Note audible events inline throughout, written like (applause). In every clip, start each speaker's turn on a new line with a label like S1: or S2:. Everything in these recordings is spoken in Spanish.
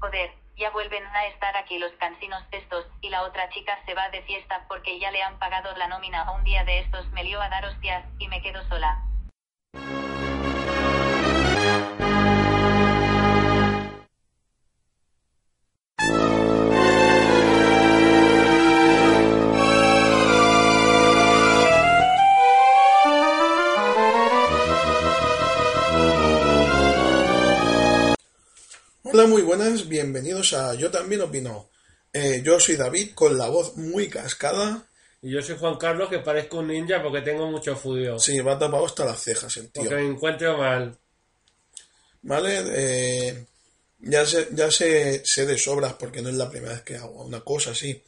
S1: Joder, ya vuelven a estar aquí los cansinos estos, y la otra chica se va de fiesta porque ya le han pagado la nómina a un día de estos me lío a dar hostias, y me quedo sola.
S2: Hola, muy buenas, bienvenidos a Yo también opino. Eh, yo soy David con la voz muy cascada.
S3: Y yo soy Juan Carlos, que parezco un ninja porque tengo mucho fudio.
S2: Sí, va tapado hasta las cejas el tío.
S3: Porque me encuentro mal.
S2: ¿Vale? Eh, ya sé, ya sé, sé de sobras, porque no es la primera vez que hago una cosa así.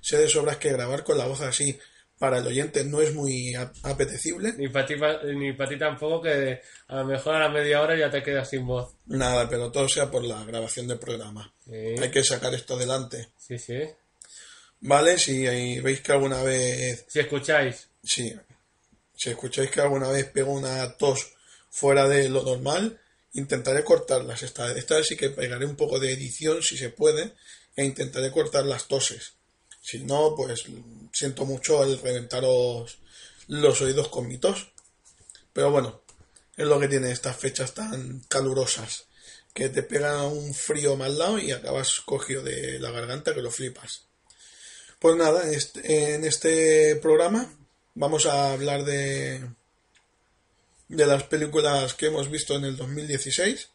S2: Sé de sobras que grabar con la voz así para el oyente no es muy ap- apetecible.
S3: Ni para ti, pa- ni pa' ti tampoco, que a lo mejor a la media hora ya te quedas sin voz.
S2: Nada, pero todo sea por la grabación del programa.
S3: Sí,
S2: Hay que sacar esto adelante.
S3: sí. sí.
S2: ¿Vale? Si ahí veis que alguna vez
S3: Si escucháis,
S2: Sí. Si escucháis que alguna vez pego una tos fuera de lo normal, intentaré cortarlas. Esta, esta vez sí que pegaré un poco de edición, si se puede, e intentaré cortar las toses. Si no, pues siento mucho el reventaros los oídos con mi tos. Pero bueno, es lo que tiene estas fechas tan calurosas, que te pega un frío mal lado y acabas cogido de la garganta que lo flipas. Pues nada, en este, en este programa vamos a hablar de de las películas que hemos visto en el 2016.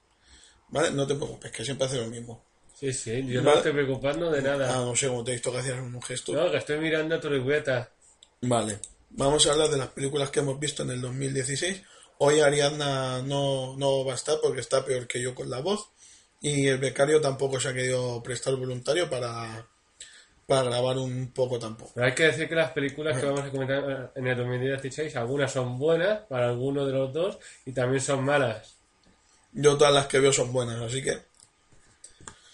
S2: ¿Vale? No te preocupes, que siempre hace lo mismo.
S3: sí, sí, yo no
S2: Vale.
S3: me estoy preocupando de
S2: Ah,
S3: nada.
S2: no sé cómo te he visto que hacías un gesto.
S3: No, que estoy mirando a tu lengüeta.
S2: Vale. Vamos a hablar de las películas que hemos visto en el 2016. Hoy Ariadna no, no va a estar porque está peor que yo con la voz. Y el becario tampoco se ha querido prestar voluntario para, para grabar un poco tampoco.
S3: Pero hay que decir que las películas que vamos a comentar eh, en el 2016, algunas son buenas para alguno de los dos y también son malas.
S2: Yo todas las que veo son buenas, así que...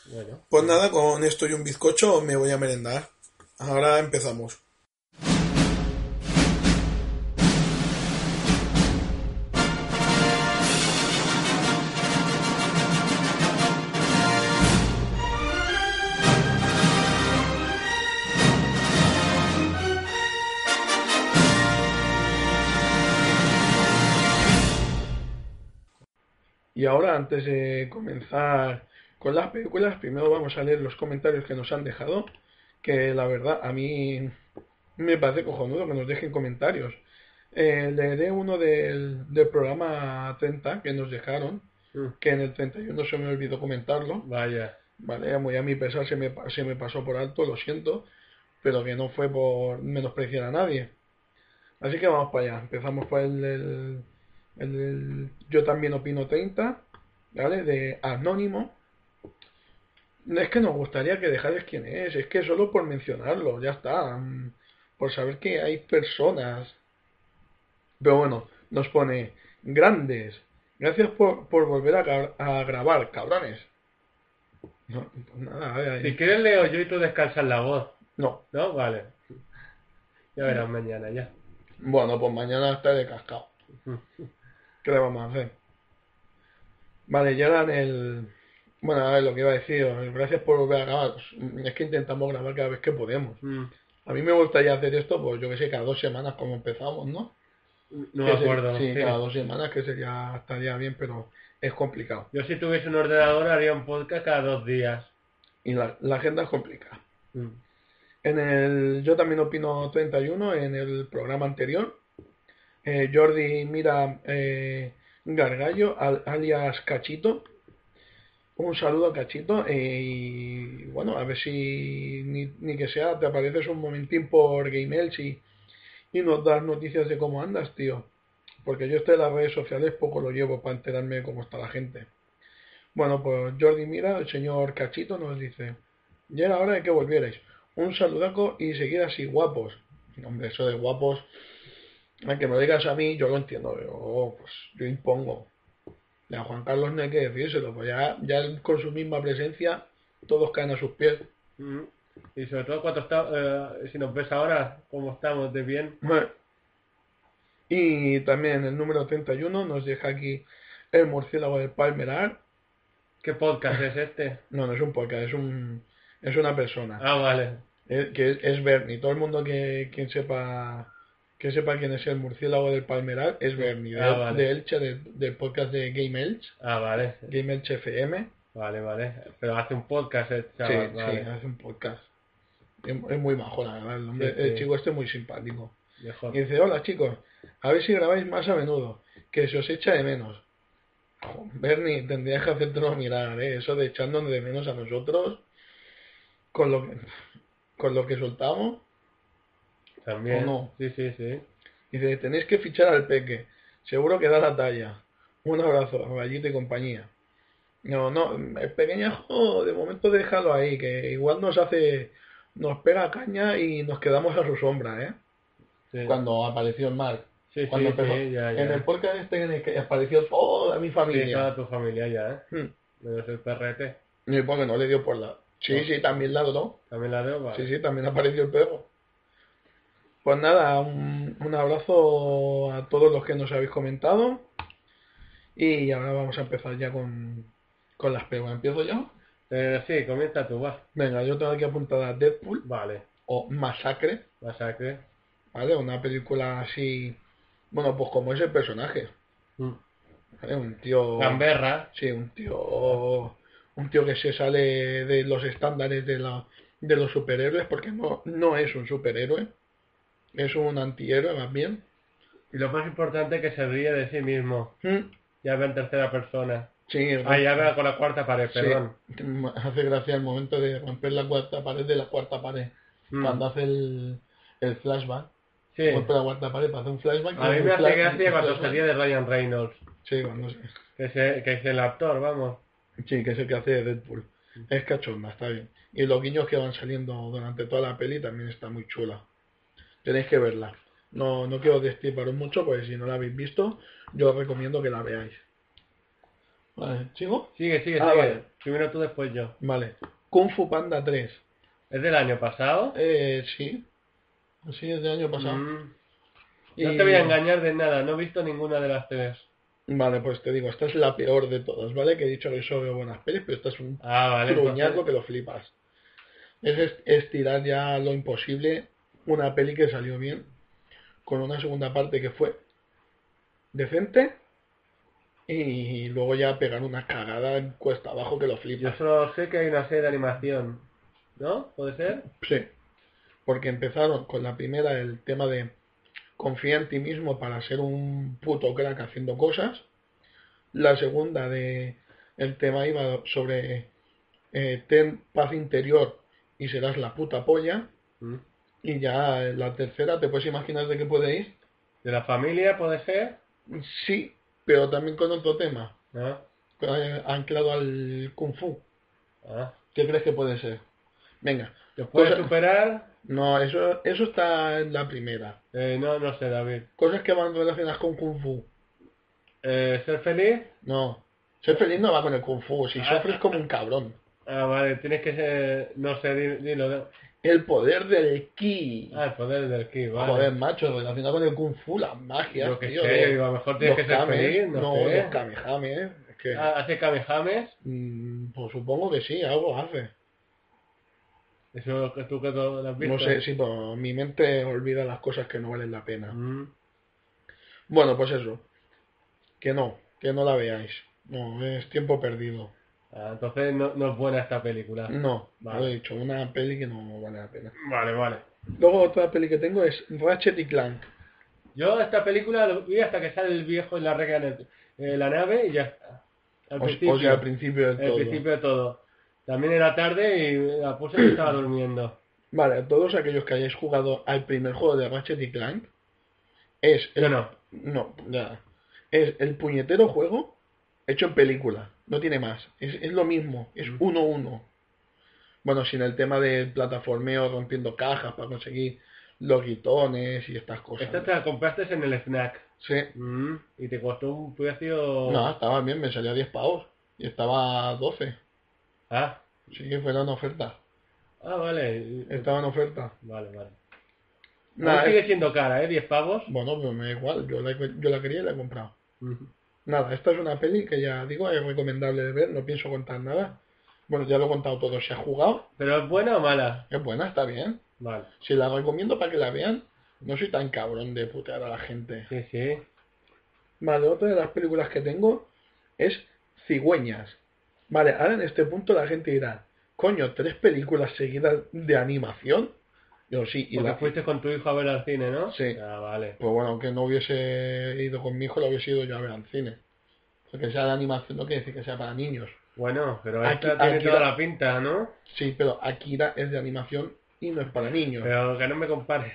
S3: Bueno,
S2: Pues nada, con esto y un bizcocho me voy a merendar. Ahora empezamos. Y ahora, antes de comenzar con las películas, primero vamos a leer los comentarios que nos han dejado, que la verdad a mí me parece cojonudo que nos dejen comentarios. Eh, leeré uno del, del programa 30 que nos dejaron,
S3: Mm,
S2: que en el 31 se me olvidó comentarlo,
S3: vaya.
S2: ¿vale? Muy a mi pesar se me, pa- se me pasó por alto, lo siento, pero que no fue por menospreciar a nadie. Así que vamos para allá, empezamos por el, el- el- el Yo también opino 30, ¿vale? De Anónimo. No es que nos gustaría que dejarais quién es, es que solo por mencionarlo, ya está, mm, por saber que hay personas. Pero bueno, nos pone grandes. Gracias por, por volver a, gra- a grabar, cabrones. No, pues nada, a ver,
S3: Si quieres leo yo y tú descansas la voz,
S2: no.
S3: ¿no? Vale. Ya verás mañana, ya.
S2: Bueno, pues mañana estaré
S3: (laughs)
S2: cascado. ¿Qué le vamos a hacer? Vale, ya eran el... Bueno, a ver, lo que iba a decir, os- gracias por volver a grabar. Es que intentamos grabar cada vez que podemos.
S3: Mm,
S2: A mí me gustaría hacer esto, pues yo que sé, cada dos semanas como empezamos, ¿no?
S3: No me
S2: Que se-
S3: acuerdo.
S2: Sí,
S3: sí.
S2: cada dos semanas que sería, estaría bien, pero es complicado.
S3: Yo si tuviese un ordenador haría un podcast cada dos días.
S2: Y la, la agenda es complicada.
S3: Mm.
S2: En el Yo también opino 31, en el programa anterior, eh, Jordi mira eh, Gargallo, al- alias Cachito. Un saludo a Cachito eh, y bueno, a ver si ni, ni que sea, te apareces un momentín por Gmail y, y nos das noticias de cómo andas, tío. Porque yo estoy en las redes sociales, poco lo llevo para enterarme de cómo está la gente. Bueno, pues Jordi mira, el señor Cachito nos dice, ya era hora de que volvierais. Un saludaco y seguir así guapos. Hombre, eso de guapos, a que me lo digas a mí, yo lo entiendo, yo, pues, yo impongo. Y a Juan Carlos no hay que decírselo, pues ya, ya él con su misma presencia, todos caen a sus pies. (laughs)
S3: Mm. Y sobre todo cuando está, eh, si nos ves ahora, cómo estamos de bien.
S2: Y también el número 31 nos deja aquí el murciélago del Palmerar.
S4: ¿Qué podcast
S2: (laughs)
S4: es este?
S2: No, no es un podcast, es, un, es una persona.
S4: Ah, vale.
S2: Eh, que es, es Bernie. Todo el mundo que quien sepa que sepa quién es el murciélago del Palmeral es Bernie, de,
S4: Ah, vale.
S2: de Elche, de- del podcast de Game Elche,
S4: Ah, vale.
S2: Game Elche FM.
S4: Vale, vale. Pero hace un podcast el
S2: sí,
S4: chaval,
S2: sí,
S4: Ah, vale.
S2: hace un podcast. Es, es muy majo, la verdad. El, hombre-
S4: Sí,
S2: el
S4: sí.
S2: chico este es muy simpático.
S4: Mejor.
S2: Y dice, hola chicos, a ver si grabáis más a menudo, que se os echa de menos. Jo, Bernie, tendrías que hacértelo mirar, ¿eh? Eso de echándonos de menos a nosotros, con lo que, con lo que soltamos.
S4: También.
S2: ¿O no?
S4: Sí, sí, sí.
S2: Dice, tenéis que fichar al peque, seguro que da la talla. Un abrazo, rayito y compañía. No, no, el pequeñajo, de momento déjalo ahí, que igual nos hace, nos pega caña y nos quedamos a su sombra, ¿eh?
S4: Sí,
S2: Cuando apareció el Mark.
S4: sí,
S2: cuando
S4: sí,
S2: empezó-
S4: sí, ya,
S2: En
S4: ya.
S2: el podcast este en el que apareció toda mi
S4: Sí,
S2: familia.
S4: toda tu familia ya, ¿eh?
S2: Hmm.
S4: Menos el perrete.
S2: Y porque no le dio por la... Sí,
S4: No.
S2: sí, también la ¿no?
S4: También la veo, vale.
S2: Sí, sí, también apareció el perro. Pues nada, un, un abrazo a todos los que nos habéis comentado. Y ahora vamos a empezar ya con, con las preguntas. ¿Empiezo yo?
S4: Eh, sí, comienza tú, va.
S2: Venga, yo tengo aquí apuntada Deadpool
S4: Vale.
S2: o Masacre,
S4: Masacre.
S2: ¿vale? Una película así... Bueno, pues como es el personaje,
S4: Mm.
S2: ¿vale? Un tío...
S4: Gamberra.
S2: Sí, un tío, un tío que se sale de los estándares de, la, de los superhéroes, porque no, no es un superhéroe, es un antihéroe más bien.
S4: Y lo más importante que se ríe de sí mismo.
S2: Mm,
S4: Ya ve en tercera persona.
S2: Sí,
S4: Ah, ya ve con la cuarta pared,
S2: sí, (laughs)
S4: perdón.
S2: me hace gracia el momento de romper la cuarta pared de la cuarta pared,
S4: Mm.
S2: cuando hace el, el flashback,
S4: Sí.
S2: rompe la cuarta pared para hacer un flashback.
S4: A
S2: y
S4: mí
S2: un
S4: me hace
S2: flash-
S4: gracia
S2: un
S4: cuando se
S2: flashback.
S4: ríe de Ryan Reynolds.
S2: Sí, cuando se-
S4: Que es el, que es el actor, vamos.
S2: Sí, que es el que hace Deadpool.
S4: Mm.
S2: Es cachonda, está bien. Y los guiños que van saliendo durante toda la peli también está muy chula. Tenéis que verla. No, no quiero destriparos mucho, pues si no la habéis visto, yo os recomiendo que la veáis. Vale, ¿sigo?
S4: Sigue, sigue,
S2: Ah,
S4: sigue.
S2: vale.
S4: Primero tú, después yo.
S2: Vale. Kung Fu Panda 3.
S4: ¿Es del año pasado?
S2: Eh, sí. Sí, es del año pasado.
S4: Mm.
S2: Y-
S4: No te voy a engañar de nada, no he visto ninguna de las tres.
S2: Vale, pues te digo, esta es la peor de todas, ¿vale? Que he dicho que solo veo buenas pelis, pero esta es un
S4: Ah, vale.
S2: truñaco
S4: entonces-
S2: que lo flipas. Es est- estirar ya lo imposible una peli que salió bien, con una segunda parte que fue decente, y luego ya pegar una cagada en cuesta abajo que lo
S4: Yo
S2: flipas.
S4: solo sé que hay una serie de animación. ¿No? ¿Puede ser?
S2: Sí, porque empezaron con la primera el tema de confía en ti mismo para ser un puto crack haciendo cosas. La segunda de el tema iba sobre eh, ten paz interior y serás la puta polla.
S4: Mm.
S2: Y ya la tercera, ¿te puedes imaginar de qué puede ir?
S4: ¿De la familia puede ser?
S2: Sí, pero también con otro tema,
S4: ¿No?
S2: eh, anclado al kung fu.
S4: Ah.
S2: ¿Qué crees que puede ser? Venga,
S4: ¿Te puede
S2: Cosa-
S4: superar?
S2: no, eso, eso está en la primera.
S4: Eh, no, no sé, David.
S2: Cosas que van relacionadas con Kung Fu.
S4: Eh, ¿Ser feliz?
S2: No. Ser feliz no va con el Kung Fu. Si
S4: Ah.
S2: sufres como un cabrón.
S4: Ah, vale, tienes que ser... No sé, di- dilo.
S2: El poder del ki.
S4: Ah, el poder del ki, vale.
S2: Joder, macho, relacionado con el Kung Fu, las magias,
S4: Yo que
S2: tío.
S4: sé,
S2: los-
S4: digo, a lo mejor
S2: los
S4: tienes que ser
S2: kames.
S4: feliz, no,
S2: no,
S4: sé.
S2: los kamehames. Es que,
S4: Ah, ¿Hace kamehames?
S2: mm, pues supongo que sí, algo hace.
S4: Eso que tú que todo lo has visto.
S2: No sé, sí, pero mi mente olvida las cosas que no valen la pena.
S4: Mm.
S2: Bueno, pues eso. Que no, que no la veáis. No, es tiempo perdido.
S4: Ah, entonces no, no es buena esta película.
S2: No,
S4: Ah, Vale.
S2: lo he dicho, una peli que no vale la pena.
S4: Vale, vale.
S2: Luego otra peli que tengo es Ratchet y Clank.
S4: Yo esta película lo vi hasta que sale el viejo en la reca en el- eh, la nave y ya está. Al
S2: O,
S4: principio,
S2: o sea, Pues, al principio del
S4: el
S2: todo.
S4: principio de todo. También era tarde y la puse y estaba durmiendo.
S2: Vale, a todos aquellos que hayáis jugado al primer juego de Ratchet y Clank, es el,
S4: Yo no.
S2: no, ya. es el puñetero juego hecho en película. No tiene más. Es, es lo mismo. Es
S4: Mm.
S2: uno uno. Bueno, sin el tema del plataformeo rompiendo cajas para conseguir los guitones y estas cosas.
S4: Esta te la compraste en el snack.
S2: Sí.
S4: Mm, y te costó un precio...
S2: No, estaba bien, me salió a 10 pavos. Y estaba a 12.
S4: Ah,
S2: Sí que fuera una oferta.
S4: ah vale.
S2: Estaba en oferta.
S4: Vale, vale.
S2: Nada,
S4: Aún sigue siendo cara, ¿eh? 10 pavos.
S2: pues Bueno, pero me da igual, yo la, yo la quería y la he comprado.
S4: Mm.
S2: Nada, esta es una peli que ya digo, es recomendable de ver, no pienso contar nada. Bueno, ya lo he contado todo, se ha jugado,
S4: ¿Pero es buena o mala?
S2: es buena, está bien.
S4: Vale.
S2: Si la recomiendo para que la vean, no soy tan cabrón de putear a la gente.
S4: Sí, sí.
S2: Vale, otra de las películas que tengo es Cigüeñas. Vale, ahora en este punto la gente dirá, coño, tres películas seguidas de animación. Yo sí, y
S4: Porque
S2: la
S4: fuiste con tu hijo a ver al cine, ¿no?
S2: Sí.
S4: Ah, vale.
S2: Pues bueno, aunque no hubiese ido con mi hijo, lo hubiese ido yo a ver al cine. Porque sea de animación no quiere decir que sea para niños.
S4: Bueno, pero
S2: Aquí-
S4: esta tiene
S2: aquí
S4: toda
S2: la-
S4: la pinta, ¿no?
S2: Sí, pero Akira es de animación y no es para niños.
S4: Pero que no me compares.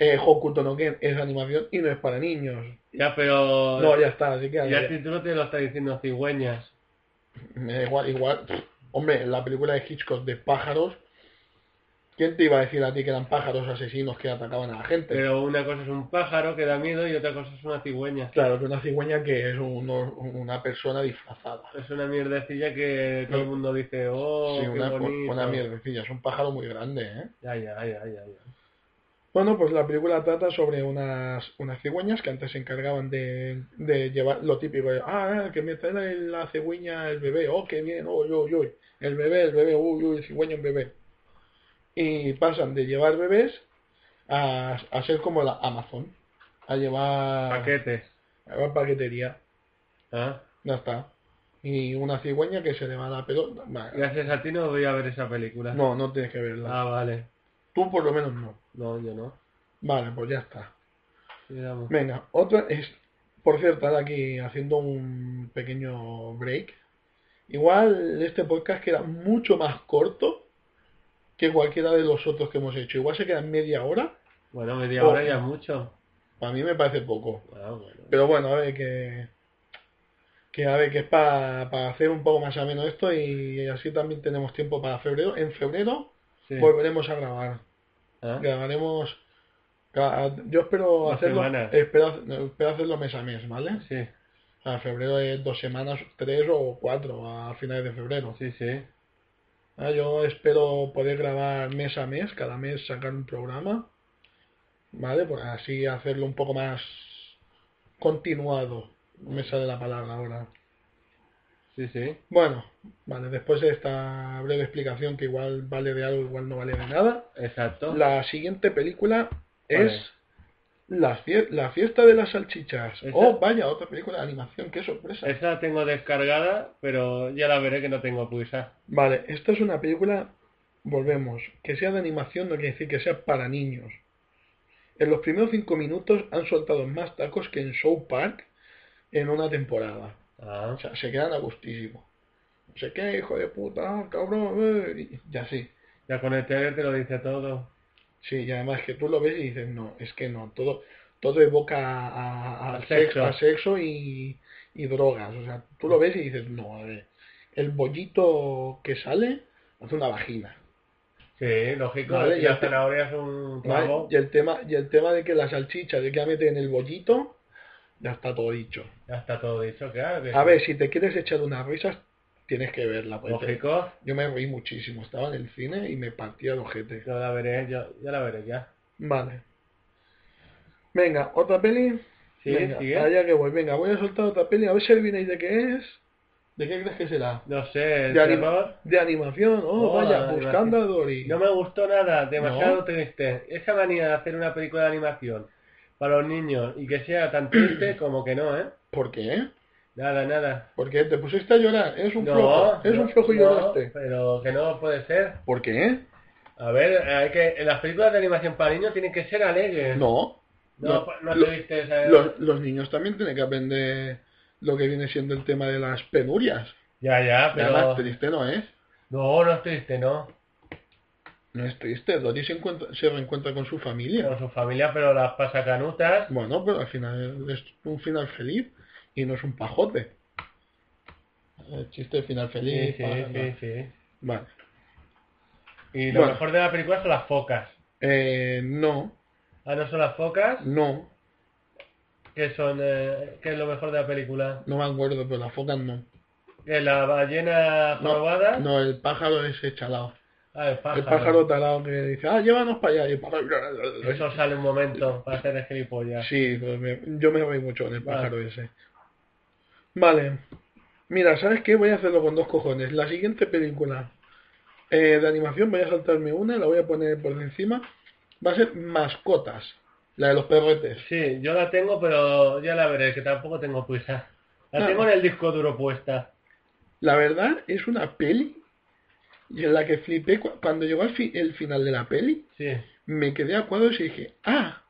S2: Eh, Hokuto no Ken es de animación y no es para niños.
S4: Ya, pero...
S2: No, ya está, así que...
S4: ya el título te lo está diciendo cigüeñas.
S2: Me da igual, igual. Hombre, la película de Hitchcock de pájaros. ¿Quién te iba a decir a ti que eran pájaros asesinos que atacaban a la gente?
S4: Pero una cosa es un pájaro que da miedo y otra cosa es una cigüeña.
S2: Claro, que una cigüeña que es un- una persona disfrazada.
S4: Es una mierdecilla que todo el mundo dice, oh,
S2: Sí,
S4: qué
S2: una,
S4: bonito.
S2: una mierdecilla, es un pájaro muy grande, ¿eh?
S4: Ya, ya, ya, ya, ya.
S2: Bueno, pues la película trata sobre unas, unas cigüeñas que antes se encargaban de, de llevar lo típico de, ah, que me trae la cigüeña el bebé, oh, qué bien, oh, uy, uy, el bebé, el bebé, uy, uy, cigüeña, un bebé. Y pasan de llevar bebés a, a ser como la Amazon, a llevar,
S4: Paquetes.
S2: a llevar paquetería,
S4: Ah,
S2: ya está. Y una cigüeña que se le va la pelota, bah,
S4: Gracias a ti no voy a ver esa película.
S2: no, no tienes que verla,
S4: Ah, vale.
S2: tú por lo menos no.
S4: No, yo no.
S2: Vale, pues ya está.
S4: Digamos.
S2: Venga, otra es, por cierto, ahora aquí haciendo un pequeño break. Igual este podcast queda mucho más corto que cualquiera de los otros que hemos hecho. Igual se queda en media hora.
S4: Bueno, media
S2: Oh.
S4: hora ya es mucho.
S2: A mí me parece poco.
S4: Ah, bueno.
S2: Pero bueno, a ver que, que a ver que es para hacer un poco más ameno esto y así también tenemos tiempo para febrero. En febrero
S4: Sí.
S2: volveremos a grabar.
S4: Ah,
S2: Grabaremos. gra- Yo espero
S4: Dos
S2: hacerlo,
S4: semanas.
S2: espero, espero hacerlo mes a mes, ¿vale?
S4: Sí,
S2: A febrero es dos semanas, tres o cuatro a finales de febrero.
S4: sí, sí.
S2: Ah, yo espero poder grabar mes a mes, cada mes sacar un programa, ¿vale? Pues así hacerlo un poco más continuado. No Me sale la palabra ahora.
S4: Sí, sí.
S2: Bueno, vale, después de esta breve explicación que igual vale de algo, igual no vale de nada.
S4: Exacto.
S2: La siguiente película
S4: Vale.
S2: es La fie- La fiesta de las salchichas.
S4: Esa-
S2: Oh, vaya, otra película de animación, qué sorpresa.
S4: Esa la tengo descargada, pero ya la veré que no tengo prisa.
S2: Vale, esta es una película, volvemos, que sea de animación no quiere decir que sea para niños. En los primeros cinco minutos han soltado más tacos que en Show Park en una temporada.
S4: Ah,
S2: O sea, se quedan a gustísimo. No sé qué, hijo de puta, cabrón, eh, y así.
S4: ya con el trailer te lo dice todo.
S2: Sí, y además que tú lo ves y dices, no, es que no, todo, todo evoca a, a- a
S4: Al
S2: sexo,
S4: sexo.
S2: a sexo y, y drogas. O sea, tú lo ves y dices, no, a ver, el bollito que sale hace una vagina.
S4: Sí, lógico.
S2: Vale,
S4: si
S2: ya
S4: la
S2: te-
S4: zanahoria es un
S2: ¿Vale?
S4: clavo,
S2: Y el tema, y el tema de que la salchicha de que la meten en el bollito, ya está todo dicho.
S4: ya está todo dicho, claro. Que
S2: A
S4: sí.
S2: ver, si te quieres echar unas risas, tienes que verla. porque
S4: Lógico.
S2: Yo me reí muchísimo, estaba en el cine y me partía el ojete.
S4: Yo la veré, yo, yo la veré ya.
S2: Vale. Venga, otra peli.
S4: Sí,
S2: Venga,
S4: sigue.
S2: allá que voy. Venga, voy a soltar otra peli, a ver si adivináis de qué es. ¿De qué crees que será?
S4: No sé, el
S2: De, anima-
S4: terror.
S2: de animación, oh,
S4: Oh,
S2: vaya,
S4: animación.
S2: buscando a Dory.
S4: No me gustó nada, demasiado
S2: No.
S4: triste. Esa manía de hacer una película de animación para los niños y que sea
S2: (clears throat)
S4: tan triste como que no, ¿eh?
S2: ¿Por qué?
S4: Nada, nada.
S2: ¿Por qué? Te pusiste a llorar, es un
S4: no,
S2: flojo, es
S4: no,
S2: un flojo y
S4: no,
S2: lloraste.
S4: pero que no puede ser.
S2: ¿Por qué?
S4: A ver, hay que en las películas de animación para niños tienen que ser alegres.
S2: No,
S4: no, pa- no,
S2: Lo-
S4: te viste esa-
S2: los, los niños también tienen que aprender lo que viene siendo el tema de las penurias.
S4: Ya, ya, pero
S2: Nada más triste no es.
S4: no, no es triste, no.
S2: No es triste. Dory se, encuentra, se reencuentra con su familia.
S4: Con su familia, pero las pasacanutas.
S2: Bueno, pero al final es un final feliz y no es un pajote. El chiste de final
S4: Sí,
S2: feliz.
S4: sí,
S2: pa-
S4: sí, sí.
S2: Vale.
S4: Y lo
S2: Bueno.
S4: mejor de la película son las focas.
S2: Eh, no,
S4: Ah, no son las focas.
S2: no,
S4: que son eh, que es lo mejor de la película
S2: no me acuerdo, pero la foca no.
S4: que la ballena
S2: No,
S4: jorobada
S2: No, el pájaro es chalado.
S4: ah, el pájaro,
S2: El pájaro ¿eh? talado que dice, ah, llévanos para allá. Y el pájaro-
S4: eso sale un momento para hacer de gilipollas
S2: Sí, pues me- yo me reí mucho con el pájaro ese. Vale. Mira, ¿sabes qué? Voy a hacerlo con dos cojones. La siguiente película eh, de animación, voy a saltarme una, la voy a poner por encima. Va a ser Mascotas, la de los perretes.
S4: Sí, yo la tengo, pero ya la veré, que tampoco tengo prisa. La
S2: Ah.
S4: tengo en el disco duro puesta.
S2: La verdad es una peli y en la que flipé cu- cuando llegó al fi- el final de la peli.
S4: Sí.
S2: Me quedé a cuadros y dije, ah,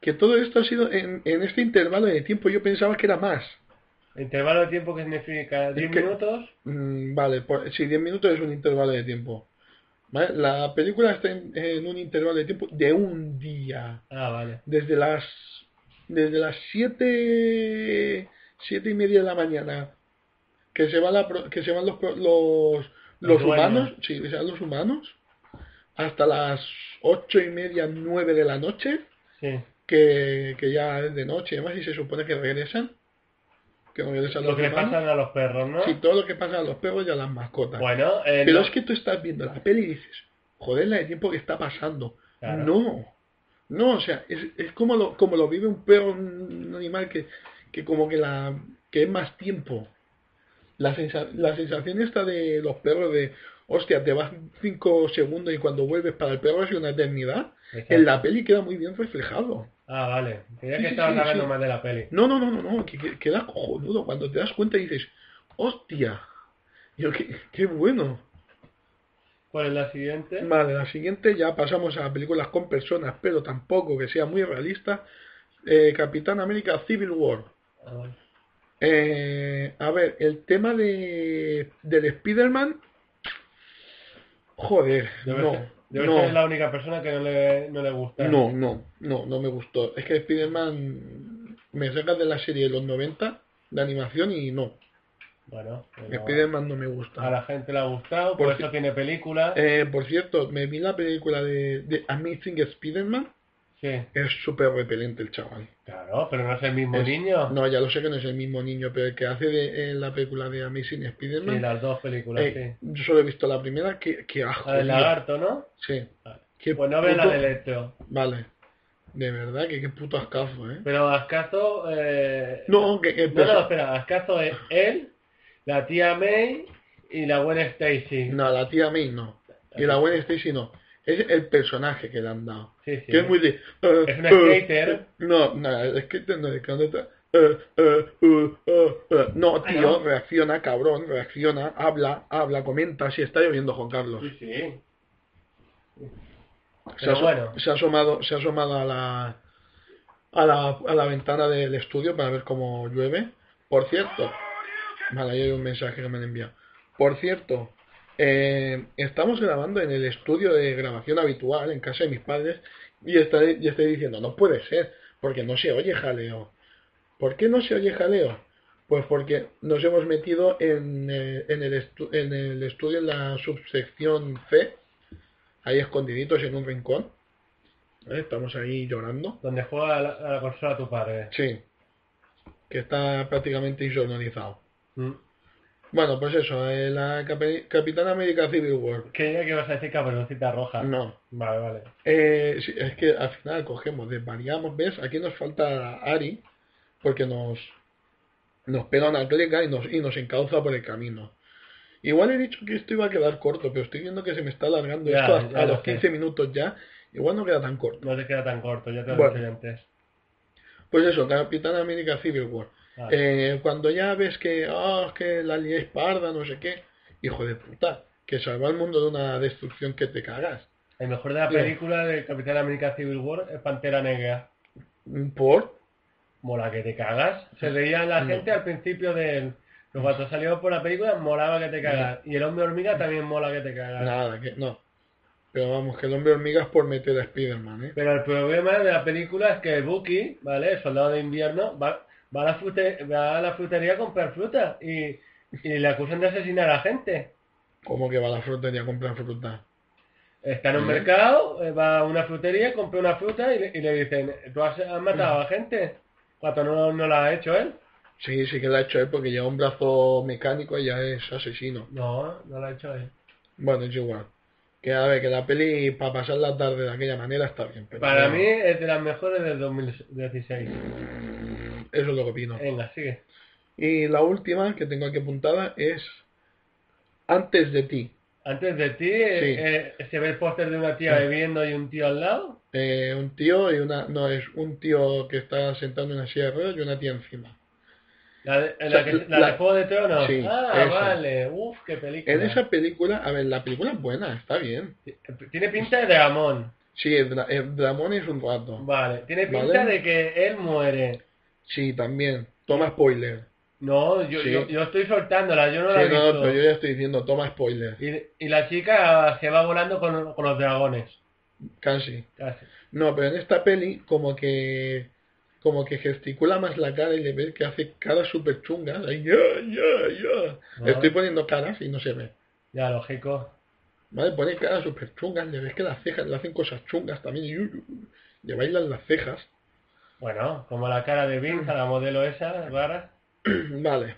S2: que todo esto ha sido en, en este intervalo de tiempo. Yo pensaba que era más.
S4: Intervalo de tiempo que significa 10
S2: que-
S4: minutos.
S2: Mm, vale, por, sí, 10 minutos es un intervalo de tiempo. ¿Vale? La película está en, en un intervalo de tiempo de un día.
S4: Ah, vale.
S2: Desde las desde las 7 siete y media de la mañana que se va la pro- que se van los pro- los, los
S4: Los dueños.
S2: humanos, sí, que se van los humanos hasta las ocho y media, nueve de la noche,
S4: Sí.
S2: que, que ya es de noche y demás, y se supone que regresan, que no regresan
S4: Lo
S2: los
S4: que le
S2: humanos.
S4: pasan a los perros, ¿no?
S2: Sí, todo lo que pasa a los perros y a las mascotas.
S4: Bueno, eh,
S2: Pero
S4: no-
S2: es que tú estás viendo la peli y dices, joder, la de tiempo que está pasando.
S4: Claro.
S2: No, no, o sea, es, es como, lo, como lo vive un perro, un animal que, que como que la que es más tiempo. La, sensa- la sensación esta de los perros de, hostia, te vas cinco segundos y cuando vuelves para el perro es una eternidad,
S4: Exacto.
S2: en la peli queda muy bien reflejado.
S4: Ah, vale. Creía
S2: Sí,
S4: que
S2: sí,
S4: estabas
S2: sí,
S4: hablando
S2: sí.
S4: más de la peli.
S2: No, no, no, no, no, que, que queda cojonudo. Cuando te das cuenta y dices, hostia, yo, qué, qué bueno.
S4: ¿Cuál es Pues la siguiente?
S2: Vale, la siguiente ya pasamos a películas con personas, pero tampoco que sea muy realista. Eh, Capitán América Civil War.
S4: Ah, vale.
S2: Eh, a ver, el tema de del Spider-Man. Joder,
S4: Debe
S2: no,
S4: ser, debe
S2: no,
S4: ser la única persona que no le, no le gusta.
S2: no, no, no, no me gustó. Es que Spider-Man me saca de la serie de los 90 de animación y no,
S4: Bueno, pero
S2: Spider-Man no me gusta.
S4: a la gente le ha gustado, por,
S2: Por
S4: eso
S2: si-
S4: tiene película.
S2: Eh, por cierto, me vi la película de, de Amazing Spider-Man.
S4: Sí,
S2: Es súper repelente el chaval.
S4: claro, pero no es el mismo
S2: Es-
S4: niño.
S2: No, ya lo sé que no es el mismo niño, pero el que hace de, en la película de Amazing
S4: Sí,
S2: Spider-Man.
S4: las dos películas,
S2: eh, yo solo he visto la primera, que, que
S4: sí.
S2: ajo.
S4: La del lagarto, ¿no?
S2: Sí.
S4: Vale.
S2: Qué
S4: Pues no ve la
S2: puto-
S4: de Electro.
S2: Vale. De verdad, que qué puto ascazo, ¿eh?
S4: Pero Ascazo... Eh...
S2: No, que, que
S4: no, no,
S2: perso-
S4: espera. Ascazo es él, la tía May y la buena Stacy.
S2: no, la tía May no. Y la buena Stacy no. Es el personaje que le han dado.
S4: Sí, sí.
S2: Que es muy de... eh,
S4: Es un
S2: eh,
S4: skater.
S2: eh, no, no, el skater no, el que no te- eh, eh, eh, eh, eh. No,
S4: Ah,
S2: tío,
S4: ¿no?
S2: reacciona, cabrón, reacciona, habla, habla, comenta, si está lloviendo, Juan Carlos.
S4: Sí, sí.
S2: Se
S4: Pero
S2: ha, aso-
S4: bueno.
S2: se ha asomado, se ha asomado a la, a la a la ventana del estudio para ver cómo llueve. Por cierto, vale, ahí hay un mensaje que me han enviado. Por cierto, eh, estamos grabando en el estudio de grabación habitual, en casa de mis padres, y estaré, y estaré diciendo, no puede ser, porque no se oye jaleo. ¿Por qué no se oye jaleo? Pues porque nos hemos metido en, eh, en, el, estu- en el estudio, en la subsección C, ahí escondiditos en un rincón. ¿eh? Estamos ahí llorando.
S4: Donde juega a la, a la consola tu padre.
S2: Sí, que está prácticamente insonorizado.
S4: Mm.
S2: Bueno, pues eso, eh, la Cape- Capitán América Civil War.
S4: Creía que ibas a decir caperucita roja.
S2: No,
S4: Vale, vale.
S2: eh, sí, es que al final cogemos, desvariamos, ¿ves? Aquí nos falta Ari, porque nos, nos pega una cleca y nos, y nos encauza por el camino. Igual he dicho que esto iba a quedar corto, pero estoy viendo que se me está alargando
S4: Ya,
S2: esto a,
S4: ya
S2: a
S4: lo
S2: los
S4: sé.
S2: 15 minutos ya. Igual no queda tan corto.
S4: No te queda tan corto, ya te lo he
S2: Bueno.
S4: dicho yo antes.
S2: Pues eso, Capitán América Civil War.
S4: Ah,
S2: Eh, cuando ya ves que, ah, es que la liéis parda, no sé qué, hijo de puta, que salva al mundo de una destrucción que te cagas.
S4: el mejor de la
S2: bien.
S4: película de Capitán América Civil War es Pantera Negra.
S2: Por,
S4: Mola que te cagas. Se reía la
S2: No.
S4: gente al principio del... Pero cuando salió por la película, molaba que te cagas. Y el hombre hormiga también mola que te cagas.
S2: nada, que no. Pero vamos, que el hombre hormiga es por meter a Spider-Man, ¿eh?
S4: Pero el problema de la película es que Bucky, ¿vale? El soldado de invierno, va, va, a, la frute- va a la frutería a comprar fruta y, y le acusan de asesinar a gente.
S2: Como que va a la frutería a comprar fruta.
S4: Está en un
S2: ¿Eh?
S4: mercado, eh, va a una frutería, compra una fruta y le, y le dicen, ¿tú has, has matado a gente? Cuando no, no la ha hecho él.
S2: Sí, sí que la ha hecho él porque lleva un brazo mecánico y ya es asesino.
S4: No, no la ha hecho él.
S2: Bueno, es igual. Que a ver, que la peli para pasar la tarde de aquella manera está bien. Pero
S4: Para
S2: bueno,
S4: mí es de las mejores del 2016.
S2: Eso es lo que opino.
S4: Venga, sigue.
S2: Y la última que tengo aquí apuntada es Antes de ti.
S4: Antes de ti eh, eh, se ve el póster de una tía
S2: Sí.
S4: bebiendo y un tío al lado.
S2: Eh, un tío y una... No, es un tío que está sentado en una silla de ruedas y una tía encima.
S4: La de, la que- la
S2: La-
S4: de Juego de Tronos.
S2: Sí,
S4: ah,
S2: esa.
S4: vale. Uf, qué película.
S2: En esa película, a ver, la película es buena, está bien.
S4: Tiene pinta de Dramón.
S2: Sí, el, Dra- el Dramón es un rato.
S4: Vale. Tiene pinta
S2: Vale.
S4: de que él muere.
S2: Sí, también. Toma spoiler.
S4: No, yo,
S2: Sí.
S4: yo, yo estoy soltándola, yo no la
S2: Sí,
S4: he
S2: no,
S4: visto.
S2: pero yo ya estoy diciendo, toma spoiler.
S4: y, y la chica se va volando con, con los dragones.
S2: Casi.
S4: Casi.
S2: No, pero en esta peli como que como que gesticula más la cara y le ves que hace caras súper chungas. Ahí, ya, ya, ya.
S4: No.
S2: Le estoy poniendo caras y no se ve.
S4: Ya, lógico.
S2: ¿Vale? Pone caras súper chungas, le ves que las cejas le hacen cosas chungas también. y, uh, uh, le bailan las cejas.
S4: Bueno, como la cara
S2: (laughs)
S4: de Vince, la modelo esa, rara.
S2: (clears throat) Vale.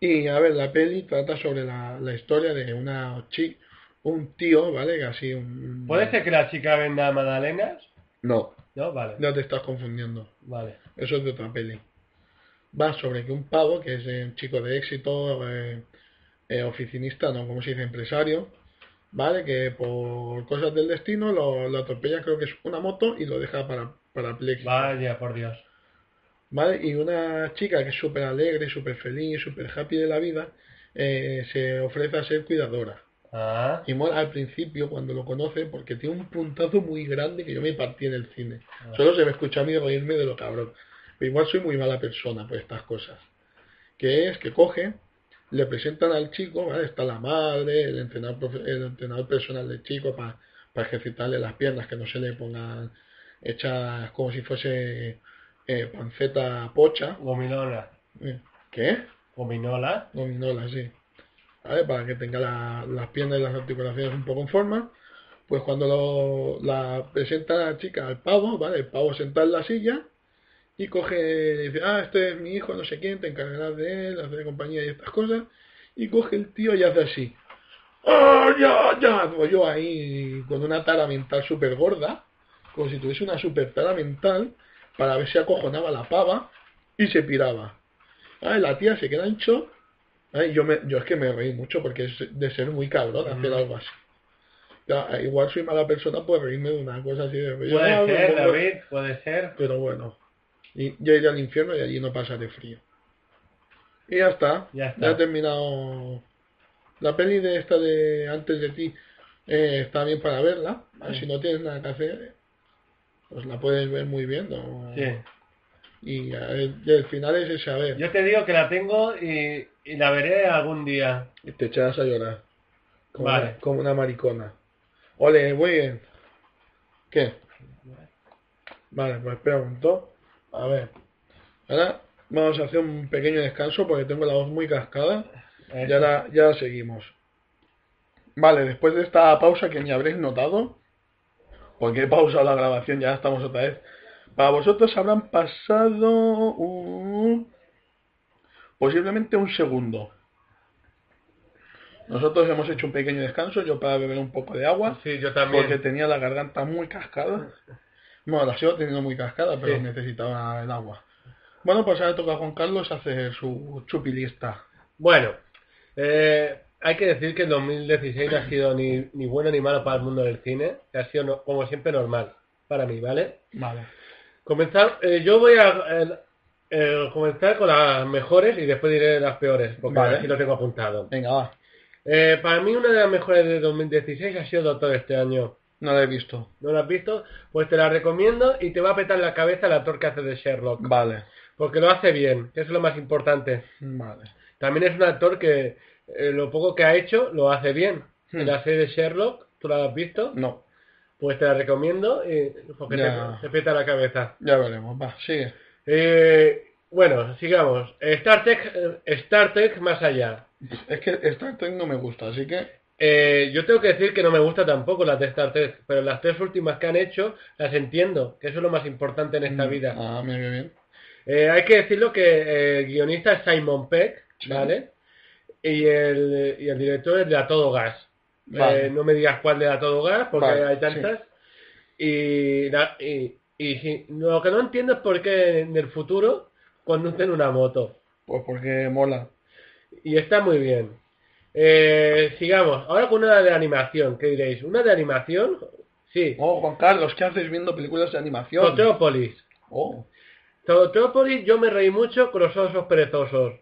S2: Y a ver, la peli trata sobre la, la historia de una chica, un tío, ¿vale? Así un...
S4: ¿Puede ser que la chica venda magdalenas?
S2: No,
S4: No, vale.
S2: no te estás confundiendo.
S4: Vale.
S2: Eso es de otra peli. Va sobre que un pavo, que es eh, un chico de éxito, eh, eh, oficinista, no, como se dice, empresario, ¿vale? Que por cosas del destino lo, lo atropella, creo que es una moto, y lo deja para, parapléjico,
S4: Vaya, por Dios.
S2: ¿vale? Y una chica que es súper alegre, súper feliz, súper happy de la vida, eh, se ofrece a ser cuidadora.
S4: Ah,
S2: Y mola al principio cuando lo conoce porque tiene un puntazo muy grande que yo me partí en el cine. Solo se me escucha a mí reírme de lo cabrón. Pero igual soy muy mala persona por estas cosas. Que es que coge, le presentan al chico, ¿vale? Está la madre, el entrenador, profe- el entrenador personal del chico para ejercitarle las piernas, que no se le pongan hechas como si fuese eh, panceta pocha.
S4: gominola.
S2: Eh, ¿Qué?
S4: Gominola.
S2: gominola, sí. ¿Vale? Para que tenga la- las piernas y las articulaciones un poco en forma. Pues cuando lo- la presenta la chica al pavo, ¿vale? El pavo sentado en la silla y coge, dice, ah, este es mi hijo, no sé quién, te encargarás de él, hacer compañía y estas cosas. Y coge el tío y hace así. ¡Ah, ya, ya! Pues yo ahí con una tara mental súper gorda, como si tuviese una súper tara mental, para ver si acojonaba la pava y se piraba. Ah, y La tía se queda en shock. Ah, y Yo, me, yo es que me reí mucho porque es de ser muy cabrón hacer
S4: Mm.
S2: algo así. Ya, eh, igual soy mala persona por reírme de una cosa así de... Pues yo
S4: Puede
S2: no me
S4: ser,
S2: pongo-
S4: David, puede ser.
S2: Pero bueno, y yo iré al infierno y allí no pasaré frío. Y ya está.
S4: Ya está.
S2: he terminado. La peli de esta de antes de ti eh, está bien para verla. ¿vale?
S4: Sí.
S2: Si no tienes nada que hacer, pues la puedes ver muy bien. ¿no?
S4: Sí.
S2: Y el, y el final es ese, a ver,
S4: Yo te digo que la tengo y, y la veré algún día.
S2: y te echarás a llorar. Como,
S4: Vale.
S2: una, como una maricona. Ole, muy bien. ¿Qué? Vale, pues espera un montón. A ver. Ahora vamos a hacer un pequeño descanso porque tengo la voz muy cascada.
S4: Eso.
S2: Ya la, ya seguimos. Vale, después de esta pausa que ni habréis notado, porque he pausado la grabación, ya estamos otra vez. Para vosotros habrán pasado un- posiblemente un segundo. Nosotros hemos hecho un pequeño descanso, yo para beber un poco de agua,
S4: Sí, yo
S2: porque
S4: también.
S2: tenía la garganta muy cascada. Bueno, la sigo teniendo muy cascada, pero
S4: Sí.
S2: necesitaba el agua. Bueno, pues ahora toca a Juan Carlos hacer su chupilista.
S4: Bueno, eh, hay que decir que el 2016 no ha sido ni, ni bueno ni malo para el mundo del cine. que Ha sido, no- como siempre, normal para mí, ¿vale?
S2: Vale.
S4: Comenzar, eh, yo voy a eh, eh, comenzar con las mejores y después diré las peores, porque
S2: Vale.
S4: así lo tengo apuntado.
S2: Venga, va.
S4: Eh, para mí una de las mejores de 2016 ha sido Doctor este año.
S2: No la he visto.
S4: ¿No la has visto? Pues te la recomiendo y te va a petar la cabeza el actor que hace de Sherlock.
S2: Vale.
S4: Porque lo hace bien, que es lo más importante.
S2: Vale.
S4: También es un actor que eh, lo poco que ha hecho lo hace bien.
S2: Hmm.
S4: La serie de Sherlock, ¿tú la has visto?
S2: No,
S4: Pues te la recomiendo eh, porque te,
S2: Ya.
S4: te peta la cabeza.
S2: ya veremos. Va, sigue.
S4: Eh, bueno, sigamos. Star Trek, eh, Star Trek más allá.
S2: Es que Star Trek no me gusta, así que...
S4: Eh, yo tengo que decir que no me gusta tampoco las de Star Trek, pero las tres últimas que han hecho las entiendo, que eso es lo más importante en esta
S2: Mm,
S4: vida.
S2: Ah, mira qué bien.
S4: Eh, hay que decirlo que eh, el guionista es Simon Peck,
S2: Sí.
S4: ¿vale? Y el, y el director es de A Todo Gas.
S2: Vale.
S4: Eh, no me digas cuál de A Todo Gas, porque
S2: Vale,
S4: hay tantas. Y, la- y, y sí, lo que no entiendo es por qué en el futuro conducen una moto.
S2: Pues porque mola.
S4: Y está muy bien. Eh, sigamos. Ahora con una de animación. ¿Qué diréis? ¿Una de animación? Sí.
S2: Oh, Juan Carlos, ¿qué haces viendo películas de animación?
S4: Zootropolis.
S2: Oh,
S4: Zootropolis yo me reí mucho con los osos perezosos.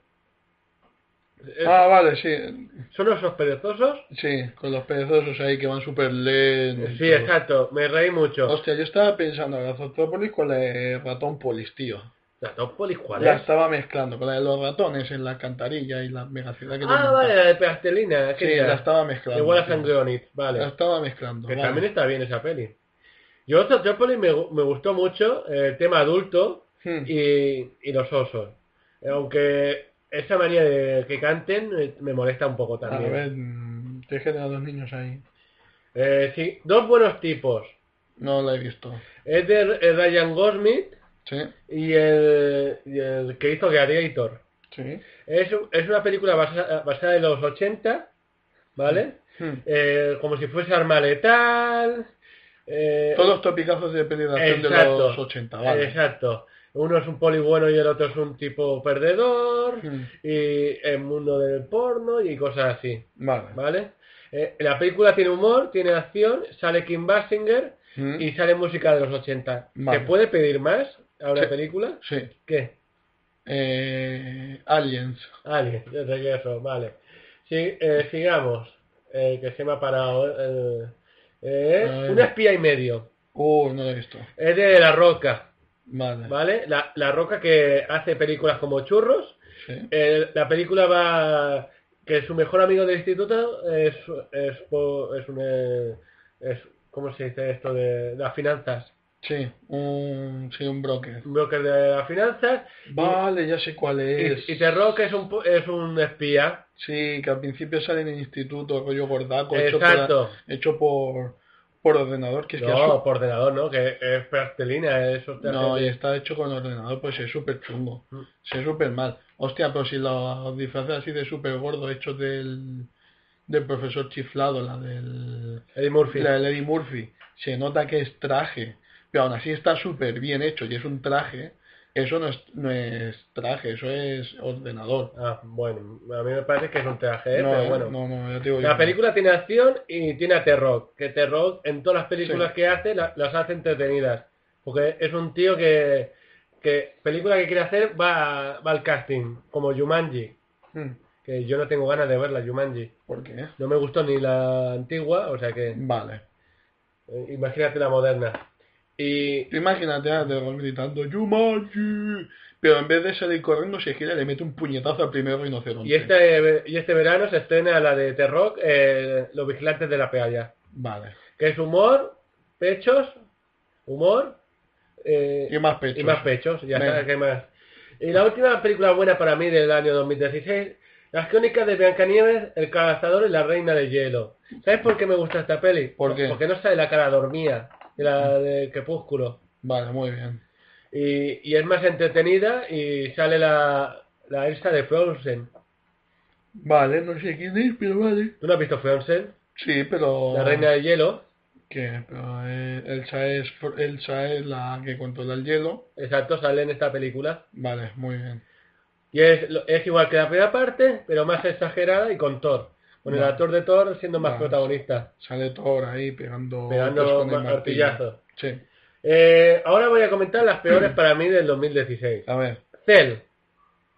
S4: Eh,
S2: Ah, vale, sí.
S4: ¿Son osos perezosos?
S2: Sí, con los perezosos ahí que van súper lentos.
S4: Sí, exacto. Me reí mucho.
S2: Hostia, yo estaba pensando en la Zootropolis con la de ratón polis, tío.
S4: ¿Zootropolis cuál
S2: La
S4: es?
S2: estaba mezclando con la de los ratones en la alcantarilla y la megaciudad que
S4: Ah,
S2: tenía.
S4: vale, la de pastelina.
S2: Sí, la estaba mezclando.
S4: Igual a
S2: sí.
S4: Sangrionit. Vale.
S2: La estaba mezclando.
S4: Que
S2: vale.
S4: también está bien esa peli. Yo Zootropolis me, gu- me gustó mucho, eh, el tema adulto
S2: Hmm.
S4: y, y los osos. Aunque esa manía de que canten eh, me molesta un poco
S2: A
S4: también.
S2: ver, mm, te quedan los niños ahí.
S4: Eh, sí, dos buenos tipos.
S2: No la he visto.
S4: Es de R- eh, Ryan Gosmith
S2: Sí,
S4: y el, y el que hizo Gladiator.
S2: sí.
S4: Es, un- es una película basa- basada en los 80, ¿vale?
S2: Hmm.
S4: Eh, como si fuese arma letal. eh,
S2: Todos topicazos de peli de acción de
S4: Exacto.
S2: los 80, vale.
S4: Exacto. Uno es un poli bueno y el otro es un tipo perdedor.
S2: Hmm.
S4: Y el mundo del porno y cosas así.
S2: Vale.
S4: ¿Vale? Eh, la película tiene humor, tiene acción, sale Kim Basinger
S2: Hmm.
S4: y sale música de los 80.
S2: Vale.
S4: ¿Se puede pedir más a una
S2: Sí.
S4: película?
S2: Sí.
S4: ¿Qué?
S2: Eh, Aliens.
S4: Alguien, de regreso, vale. Sí, eh, sigamos. Eh, que se me ha parado. eh, eh,
S2: Ay.
S4: una espía y medio.
S2: Uh, no la he visto.
S4: Es de La Roca,
S2: Vale.
S4: ¿vale? La, la Roca que hace películas como Churros.
S2: Sí.
S4: Eh, la película va que su mejor amigo del instituto es es, po- es un eh, es- cómo se dice esto de las finanzas
S2: Sí, un, sí, un broker.
S4: un broker de las finanzas
S2: Vale, ya sé cuál es.
S4: y, y The Rock es un po- es un espía
S2: Sí, que al principio sale en el instituto, rollo gordaco, hecho por,
S4: exacto
S2: hecho por, por ordenador, que es que
S4: no por ordenador no que es pastelina eso
S2: es su- no, y está hecho con ordenador, pues es súper chungo,
S4: Mm.
S2: se ve súper mal. Hostia, pero si los disfraces así de súper gordo, hechos del, del profesor chiflado, la del
S4: Eddie Murphy
S2: la de Lady Murphy, se nota que es traje, pero aún así está súper bien hecho y es un traje, eso no es, no es traje, eso es ordenador.
S4: ah bueno a mí me parece que es un traje ¿eh?
S2: no,
S4: pero
S2: eh,
S4: bueno
S2: no, no, yo te digo yo
S4: La
S2: no.
S4: película tiene acción y tiene a T-Rock, que T-Rock en todas las películas
S2: Sí.
S4: que hace la- las hace entretenidas. Porque es un tío que, que película que quiere hacer va, a- va al casting, como Jumanji,
S2: Mm,
S4: que yo no tengo ganas de verla, Jumanji.
S2: ¿Por qué?
S4: No me gustó ni la antigua, o sea que
S2: Vale.
S4: eh, imagínate la moderna. Y
S2: Tú Imagínate a The Rock gritando Jumanji, pero en vez de salir corriendo se gira y le mete un puñetazo al primer rinoceronte.
S4: y este, y este verano se estrena la de T-Rock, eh, Los Vigilantes de la Playa,
S2: Vale.
S4: que es humor, pechos, humor... eh,
S2: Y más pechos.
S4: Y más pechos, ya
S2: Venga.
S4: está, que hay más. Y la última película buena para mí del año 2016, Las crónicas de Blancanieves, El cazador y la reina de hielo. ¿Sabes por qué me gusta esta peli?
S2: ¿Por qué? Ah.
S4: Porque no sale la cara dormida de la de Crepúsculo.
S2: Vale, muy bien.
S4: Y, y es más entretenida y sale la, la Elsa de Frozen.
S2: Vale, no sé quién es, pero vale.
S4: ¿Tú no has visto Frozen?
S2: Sí, pero...
S4: La reina de hielo.
S2: Que pero, eh, Elsa es Elsa es la que controla el hielo.
S4: Exacto, sale en esta película.
S2: Vale, muy bien.
S4: Y es, lo- es igual que la primera parte, pero más exagerada y con Thor. Con el
S2: Vale.
S4: actor de Thor siendo más
S2: Vale.
S4: protagonista.
S2: Sale Thor ahí pegando, golpes
S4: pegando
S2: con el
S4: ma- martillazos.
S2: Sí,
S4: Eh, ahora voy a comentar las peores para mí del 2016.
S2: a ver.
S4: Cell.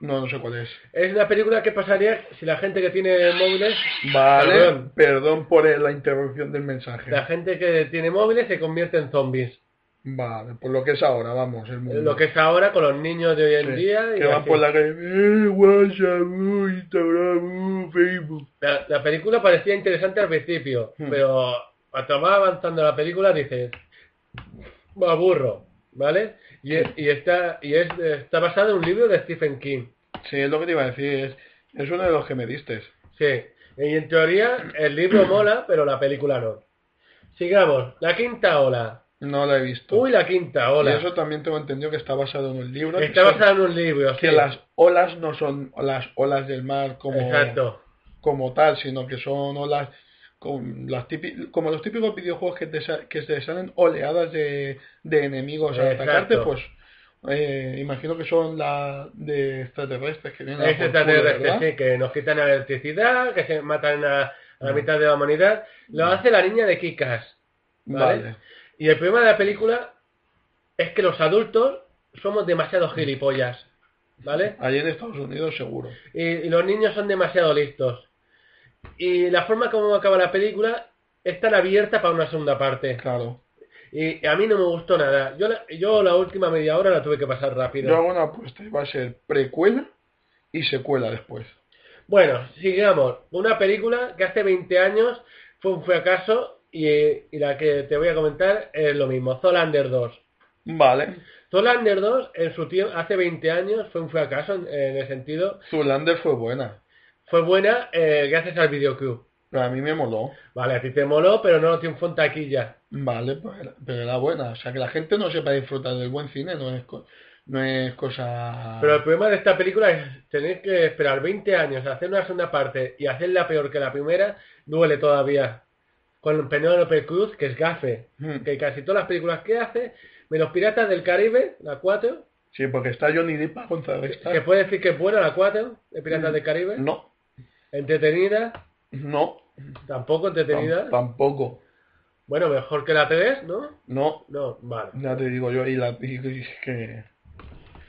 S2: No, no sé cuál es.
S4: Es una película que pasaría si la gente que tiene móviles,
S2: Vale,
S4: Perdón.
S2: perdón, por eh, la interrupción del mensaje.
S4: la gente que tiene móviles se convierte en zombies.
S2: Vale, por lo que es ahora, vamos. El mundo.
S4: Lo que es ahora con los niños de hoy en
S2: Sí,
S4: día. y
S2: que van
S4: así.
S2: por la calle. Eh, WhatsApp, uh, Instagram, uh, Facebook.
S4: La- la película parecía interesante al principio,
S2: Hmm.
S4: pero cuando va avanzando la película dices, me aburro, ¿vale? Y, es- y está y es, está basada en un libro de Stephen King.
S2: Sí, es lo que te iba a decir. Es, es uno de los que me diste.
S4: Sí, y en teoría el
S2: (clears throat)
S4: libro mola, pero la película no. Sigamos, la quinta ola.
S2: No la he visto.
S4: Uy, la quinta
S2: Y
S4: ola.
S2: eso también tengo entendido que está basado en un libro. que
S4: Está
S2: son-
S4: basada en un libro, sí.
S2: que las olas no son las olas del mar como,
S4: Exacto.
S2: como tal, sino que son olas con las típi- como los típicos videojuegos que te, sa- que te salen oleadas de, de enemigos a
S4: Exacto.
S2: atacarte, pues Eh, imagino que son las de extraterrestres que vienen a
S4: Es
S2: por culo,
S4: extraterrestre,
S2: ¿verdad?
S4: sí, que nos quitan la electricidad, que se matan a, a
S2: Ah.
S4: la mitad de la humanidad. Lo hace la niña de Kikas.
S2: Vale.
S4: Vale. Y el problema de la película es que los adultos somos demasiado gilipollas. ¿Vale?
S2: Allí en Estados Unidos seguro.
S4: Y, y los niños son demasiado listos. Y la forma como acaba la película es tan abierta para una segunda parte.
S2: Claro.
S4: Y a mí no me gustó nada. Yo la, yo la última media hora la tuve que pasar rápido.
S2: Yo hago una apuesta y va a ser precuela y secuela después.
S4: Bueno, sigamos. Una película que hace 20 años fue un fracaso y, eh, y la que te voy a comentar es lo mismo, Zolander 2.
S2: Vale.
S4: Zolander 2 en su tiempo, hace 20 años fue un fracaso en, en el sentido,
S2: Zulander fue buena.
S4: fue buena eh, gracias al videoclub.
S2: Pero a mí me moló.
S4: Vale, a ti te moló, pero no triunfó en taquilla.
S2: Vale, pues era- pero era buena. O sea, que la gente no sepa disfrutar del buen cine no es, co- no es cosa...
S4: Pero el problema de esta película es tener que esperar 20 años a hacer una segunda parte y hacerla peor que la primera, duele todavía. Con Penélope Cruz, que es gafe,
S2: Mm.
S4: que casi todas las películas que hace, menos Piratas del Caribe, la 4,
S2: Sí, porque está Johnny Depp para
S4: que
S2: contrarrestar.
S4: puede decir que es buena la 4, de Piratas del Caribe,
S2: No,
S4: entretenida,
S2: no,
S4: tampoco entretenida,
S2: tam- tampoco.
S4: bueno, mejor que la 3, ¿no?
S2: No,
S4: No, vale.
S2: ya te digo yo. Y la... y- y- y que...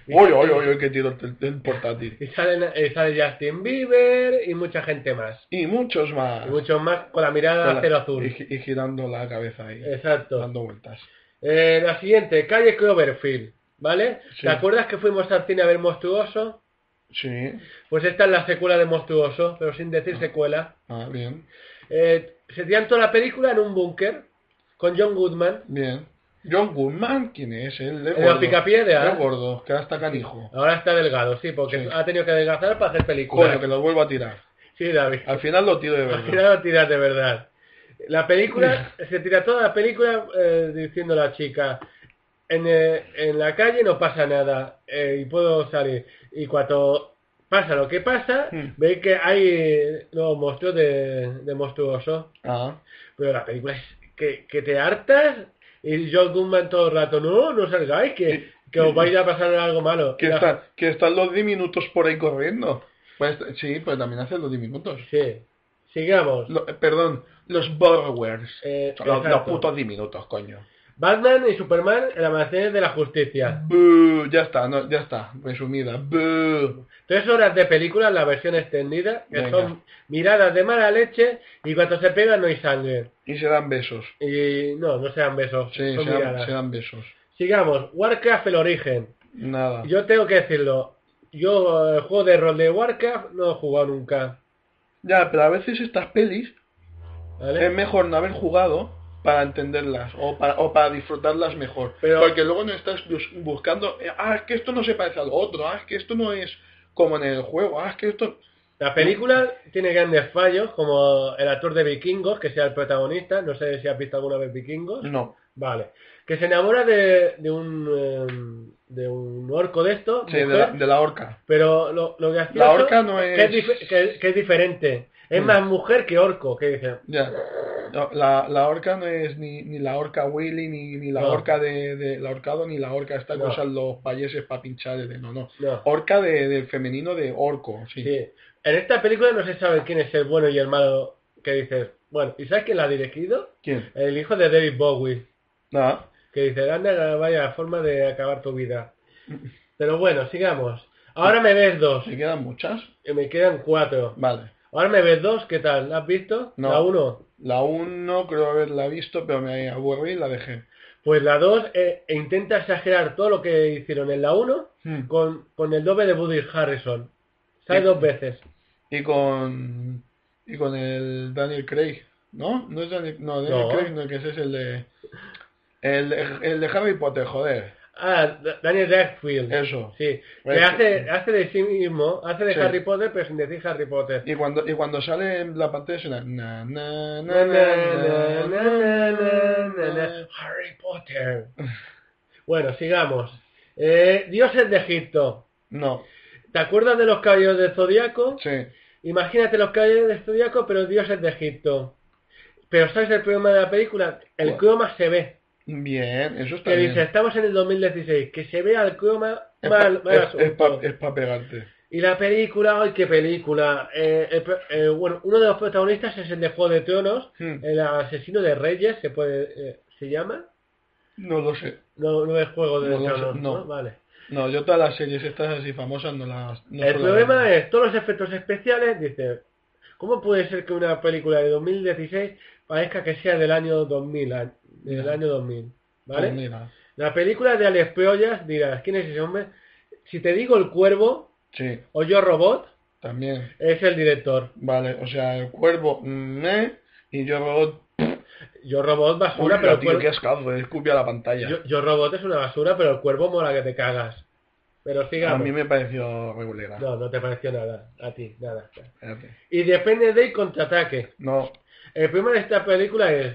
S4: Y-
S2: Oye, oye, oye, que tiro el, el portátil.
S4: Y salen- eh, sale, Justin Bieber y mucha gente más.
S2: Y muchos más.
S4: Y muchos más con la mirada
S2: Con la-
S4: cero azul.
S2: Y, gi- y girando la cabeza ahí,
S4: Exacto.
S2: dando vueltas.
S4: Eh, la siguiente, calle Cloverfield, ¿vale?
S2: Sí.
S4: ¿Te acuerdas que fuimos al cine a ver Monstruoso?
S2: Sí,
S4: Pues esta es la secuela de Monstruoso, pero sin decir secuela.
S2: ah, bien,
S4: Eh, se tiran toda la película en un búnker con John Goodman.
S2: bien. John Goodman, ¿quién es? El de
S4: En la
S2: gordo.
S4: picapiedra.
S2: El gordo, que ahora está canijo.
S4: Ahora está delgado, sí, porque
S2: Sí.
S4: ha tenido que adelgazar para hacer películas.
S2: Coño, que lo vuelvo a tirar.
S4: Sí, David.
S2: Al final lo (laughs) tiro de
S4: Al
S2: verdad.
S4: final lo tiras de verdad. La
S2: (laughs)
S4: película, se tira toda la película eh, diciendo la chica, en, eh, en la calle no pasa nada eh, y puedo salir. Y cuando pasa lo que pasa,
S2: Hmm.
S4: veis que hay eh, los monstruos de, de monstruoso.
S2: Ah,
S4: Pero la película es que, que te hartas y John Goodman todo el rato, no, no salgáis, que, que os vais a pasar algo malo.
S2: que,
S4: Y la-
S2: están, que están los diminutos por ahí corriendo. Pues, sí, pues también hacen los diminutos.
S4: Sí, sigamos.
S2: Lo- eh, perdón, los borrowers.
S4: Eh,
S2: Son los, los
S4: exacto.
S2: putos diminutos, coño.
S4: Batman y Superman, el amanecer de la justicia.
S2: Buh, ya está, no, ya está, resumida. Buh.
S4: Tres horas de película en la versión extendida, que
S2: Venga.
S4: son miradas de mala leche y cuando se pegan no hay sangre.
S2: Y se dan besos.
S4: Y no, no sean besos,
S2: Sí,
S4: son
S2: se dan,
S4: miradas.
S2: se dan besos.
S4: Sigamos, Warcraft el origen.
S2: Nada.
S4: Yo tengo que decirlo, yo eh, el juego de rol de Warcraft no he jugado nunca.
S2: Ya, pero a veces estas pelis
S4: ¿vale?
S2: es mejor no haber jugado para entenderlas o para, o para disfrutarlas mejor.
S4: Pero-
S2: Porque luego no estás bus- buscando, eh, ah, es que esto no se parece al otro, ah, es que esto no es como en el juego, ah, es que esto...
S4: La película tiene grandes fallos, como el actor de Vikingos, que sea el protagonista, no sé si has visto alguna vez Vikingos.
S2: No,
S4: Vale. Que se enamora de, de un em, de un orco de esto,
S2: sí, de
S4: mujer,
S2: la, de la orca.
S4: pero lo, lo gracioso
S2: La orca no
S4: que es,
S2: es...
S4: dif- que, que es diferente. Es
S2: Mm.
S4: más mujer que orco, que dicen.
S2: Ya. No, la, la orca no es ni, ni la orca Willy, ni, ni la
S4: No.
S2: orca de, de la horcado, ni la orca esta
S4: No.
S2: cosa en los payeses para pinchar, de- no, no.
S4: No.
S2: Orca de, del femenino de orco, Oh, sí.
S4: Sí. En esta película no se sabe quién es el bueno y el malo que dices. Bueno, ¿y sabes quién la ha dirigido?
S2: ¿Quién?
S4: El hijo de David Bowie,
S2: Nada.
S4: que dice, anda, vaya forma de acabar tu vida. Pero bueno, sigamos. Ahora me ves dos,
S2: ¿Se quedan muchas?
S4: y me quedan cuatro.
S2: Vale.
S4: Ahora me ves dos, ¿qué tal? ¿La has visto?
S2: No.
S4: La uno.
S2: La 1 creo haberla visto, pero me aburrí y la dejé.
S4: Pues la 2 intenta exagerar todo lo que hicieron en la 1 con, con el doble de Woody Harrison. Sale
S2: Sí.
S4: dos veces.
S2: Y con y con el Daniel Craig, ¿no? No es Daniel, no, Daniel
S4: No.
S2: Craig, no, que ese es el de el, el de Harry Potter, joder.
S4: Ah, Da- Daniel Radcliffe.
S2: Eso.
S4: Sí. Que
S2: Radcliffe.
S4: hace, hace de sí mismo, hace de
S2: Eh, pues Sí.
S4: Harry Potter, pero sin decir Harry Potter.
S2: Y cuando y cuando sale en la pantalla suena na, na,
S4: Na,
S2: na, na,
S4: na, na, na, na, na, na, na.
S2: na.
S4: Harry Potter. Bueno, sigamos. Eh, Dioses de Egipto.
S2: No,
S4: ¿Te acuerdas de los caballeros del Zodíaco?
S2: sí.
S4: Imagínate los caballeros del Zodíaco, pero dioses de Egipto. Pero ¿sabes el problema de la película? El
S2: ¿Cuál?
S4: croma se ve.
S2: Bien, eso está
S4: Que
S2: bien.
S4: dice, estamos en el 2016, que se vea el croma
S2: Es
S4: mal,
S2: pa-
S4: mal
S2: es- es pa-
S4: asunto.
S2: es pa' pegarte.
S4: Y la película, ¡ay, qué película! Eh, el pro- eh, bueno, uno de los protagonistas es el de Juego de Tronos,
S2: Hmm,
S4: el asesino de Reyes, se puede eh, ¿se llama?
S2: No lo sé.
S4: No, no es Juego de
S2: No lo sé,
S4: Tronos,
S2: no.
S4: ¿no? Vale.
S2: No, yo todas las series estas así famosas no las... no
S4: el
S2: suelo
S4: problema
S2: ver.
S4: es, todos los efectos especiales, dice, ¿cómo puede ser que una película de 2016 parezca que sea del año 2000? a- Del
S2: Ya.
S4: año 2000, ¿vale?
S2: Pues mira,
S4: La película de Alex Proyas, dirás, ¿quién es ese hombre? Si te digo El Cuervo
S2: sí,
S4: o Yo Robot,
S2: también.
S4: es el director.
S2: Vale, o sea, el cuervo... mm, eh, y yo robot...
S4: Yo Robot basura,
S2: Hola,
S4: pero el
S2: tío,
S4: cuervo-
S2: qué asco, escupe a la pantalla.
S4: yo, Yo Robot es una basura, pero El Cuervo mola que te cagas. Pero
S2: a
S4: sigamos.
S2: mí me pareció regulera.
S4: No, no te pareció nada. A ti, nada.
S2: Espérate.
S4: Y depende de contraataque.
S2: No,
S4: El problema de esta película es,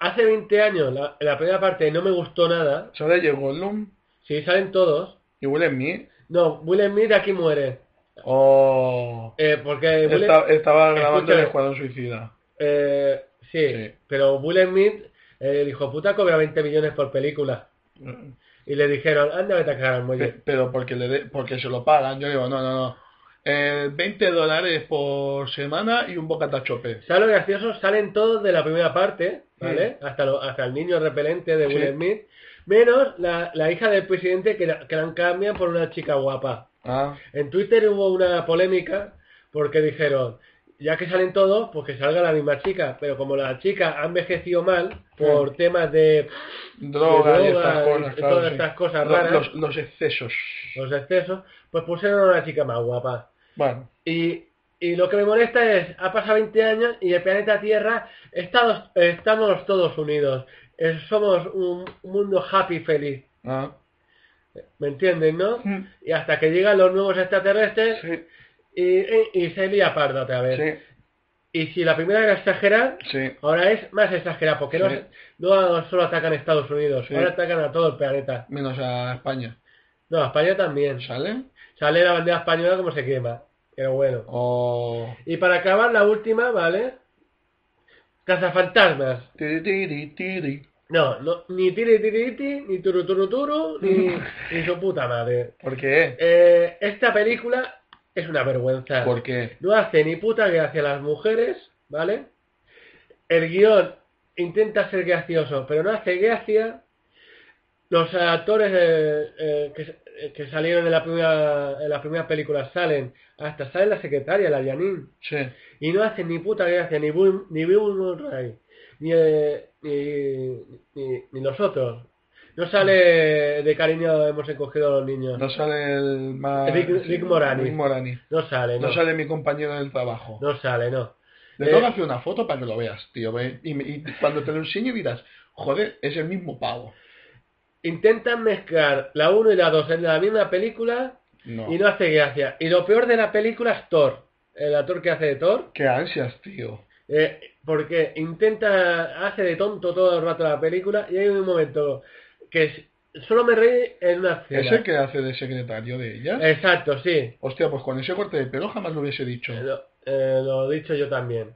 S4: hace 20 años, la, la primera parte no me gustó nada,
S2: sale Jeff Goldblum
S4: si salen todos,
S2: y Will Smith.
S4: no, Will Smith aquí muere,
S2: Oh,
S4: Eh, porque Will-
S2: esta- estaba grabando
S4: Escucha.
S2: el Escuadrón Suicida.
S4: eh, sí,
S2: Sí.
S4: pero Will Smith, eh, el hijo puta cobra 20 millones por película, y le dijeron, anda vete a cagar al muelle".
S2: Pe- Pero porque le de- porque se lo pagan. Yo digo, no, no, no. Eh, 20 dólares por semana y un bocata chope.
S4: ¿Sabes lo gracioso? Salen todos de la primera parte, ¿vale? Hasta, lo- hasta el niño repelente de Will
S2: Sí.
S4: Smith, menos la, la hija del presidente que la, que la cambian por una chica guapa.
S2: Ah,
S4: En Twitter hubo una polémica porque dijeron, ya que salen todos, pues que salga la misma chica. Pero como la chica ha envejecido mal por temas de
S2: droga y
S4: droga
S2: estas
S4: y
S2: cosas, claro,
S4: todas
S2: sí.
S4: estas cosas
S2: Lo-
S4: raras.
S2: Los, los excesos.
S4: los excesos, pues pusieron a una chica más guapa.
S2: Bueno,
S4: Y, y lo que me molesta es, ha pasado 20 años y el planeta Tierra, estamos, estamos todos unidos. Eh, Somos un mundo happy, feliz.
S2: ah.
S4: ¿Me entienden, no?
S2: Mm,
S4: Y hasta que llegan los nuevos extraterrestres
S2: sí,
S4: y, y- y se lía parda otra vez.
S2: sí,
S4: Y si la primera era exagerada,
S2: sí.
S4: ahora es más exagerada, porque no-
S2: Sí.
S4: no, solo atacan a Estados Unidos,
S2: Sí.
S4: ahora atacan a todo el planeta.
S2: Menos a España.
S4: No, a España también.
S2: ¿Sale?
S4: Sale la bandera española como se quema, pero bueno.
S2: O...
S4: Y para acabar, la última, ¿vale? Cazafantasmas.
S2: Tiri, tiri, tiri.
S4: No, no ni tiri tiri tiri, ni turu turu turu, ni, ni su puta madre.
S2: ¿Por qué?
S4: Eh, esta película es una vergüenza.
S2: ¿Por qué?
S4: No hace ni puta gracia a las mujeres, ¿vale? El guión intenta ser gracioso, pero no hace gracia. Los actores eh, eh, que, eh, que salieron en la primera en las primeras películas salen, hasta sale la secretaria, la Janine,
S2: Sí.
S4: y no hacen ni puta gracia, ni Bill, ni Bill Murray, ni, eh, ni, ni- ni los otros. No sale de cariño hemos encogido a los niños.
S2: No sale el más...
S4: Rick- Rick Moranis.
S2: Rick Moranis.
S4: No sale, no.
S2: No sale mi compañero del trabajo.
S4: No sale, no.
S2: Le
S4: Eh,
S2: tengo que hacer una foto para que lo veas, tío. ve, Y, me- y cuando te lo enseño dirás, joder, es el mismo pavo.
S4: intentan mezclar la 1 y la 2 en la misma película
S2: No.
S4: y no hace gracia. Y lo peor de la película es Thor, el actor que hace de Thor,
S2: Qué ansias, tío.
S4: eh, porque intenta, hace de tonto todo el rato la película y hay un momento que es- solo me reí en una escena.
S2: ¿Es el que hace de secretario de ella?
S4: Exacto, sí.
S2: Hostia, pues con ese corte de pelo jamás lo hubiese dicho.
S4: Lo, eh, lo he dicho yo también.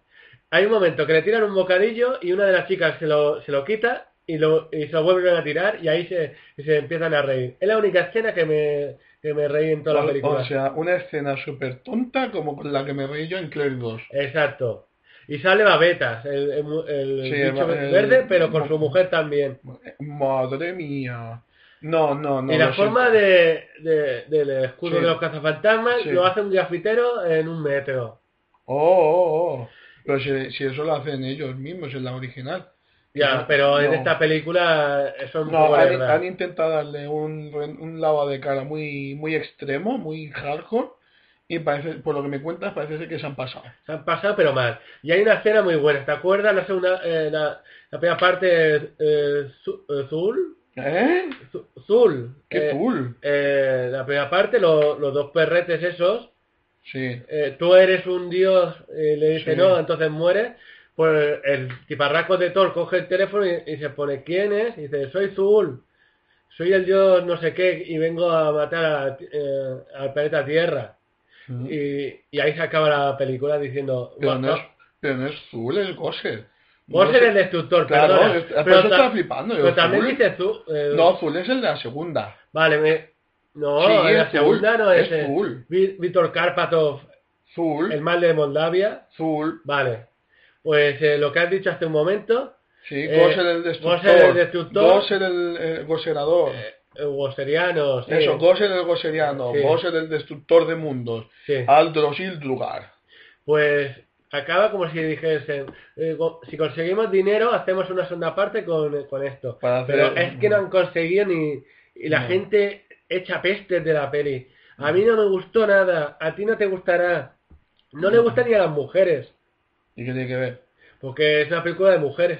S4: Hay un momento que le tiran un bocadillo y una de las chicas se lo, se lo quita y, lo, y se lo vuelven a tirar y ahí se, se empiezan a reír. Es la única escena que me, que me reí en toda la
S2: O,
S4: película.
S2: o sea, una escena súper tonta como con la que me reí yo en Claire 2.
S4: Exacto. Y sale Babetas, el, el mu- el
S2: Sí,
S4: bicho
S2: el- el-
S4: verde, pero con su mujer también.
S2: Eh, Madre mía. No, no, no.
S4: y la
S2: lo
S4: forma de, de- del escudo
S2: Sí.
S4: de los cazafantasmas
S2: Sí.
S4: lo hace un grafitero en un
S2: siento.
S4: metro.
S2: Oh, oh, oh. Pero si, si eso lo hacen ellos mismos en la original.
S4: Ya,
S2: No,
S4: pero en
S2: no.
S4: esta película eso es un
S2: No,
S4: poco
S2: han,
S4: lerda.
S2: han intentado darle un, un lava de cara muy, muy extremo, muy hardcore. Y parece, por lo que me cuentas, parece ser que se han pasado.
S4: Se han pasado, pero mal. Y hay una escena muy buena. ¿Te acuerdas la segunda, eh, la, la primera parte, eh, Zu- eh, Zul?
S2: ¿Eh?
S4: Zu- Zul.
S2: ¡Qué
S4: Eh,
S2: cool!
S4: eh, la primera parte, lo- los dos perretes esos,
S2: Sí.
S4: eh, tú eres un dios, eh, le dice
S2: Sí.
S4: no, entonces mueres. Pues el tiparraco de Thor coge el teléfono y, y se pone, ¿quién es? Y dice, soy Zul, soy el dios no sé qué y vengo a matar a- eh, al planeta Tierra. mm. Y, y ahí se acaba la película diciendo,
S2: Pero no,
S4: "Guau,
S2: es, pero no es Zul el Gosser.
S4: Vos
S2: No
S4: eres
S2: sé.
S4: el destructor,
S2: Claro,
S4: perdona.
S2: es- por eso
S4: ta-
S2: estaba flipando, yo,
S4: Pero también
S2: full.
S4: dices tú. eh,
S2: No, Full es el de la segunda.
S4: Vale, me. No,
S2: Sí,
S4: en Oh, la
S2: es
S4: segunda
S2: full,
S4: no es.
S2: es
S4: eh,
S2: full.
S4: Vi- Víctor Karpatov,
S2: Full,
S4: el mal de Moldavia.
S2: Full,
S4: Vale. Pues eh, lo que has dicho hace un momento,
S2: sí,
S4: Eh,
S2: Gosser el
S4: Gosser
S2: destructor.
S4: el destructor.
S2: Gosser el eh, goserador.
S4: eh, Gosseriano, sí.
S2: Eso, Gosser el goseriano,
S4: Sí.
S2: Gosser el destructor de mundos,
S4: sí.
S2: Aldros Ildrugar.
S4: Pues acaba como si dijesen, eh, go- si conseguimos dinero, hacemos una segunda parte con, con esto.
S2: Para hacer-
S4: Pero es que no han conseguido ni... Y la
S2: No.
S4: gente echa pestes de la peli. A mí no me gustó nada, a ti no te gustará. No le gusta ni a las mujeres,
S2: ¿Y qué tiene que ver?
S4: porque es una película de mujeres.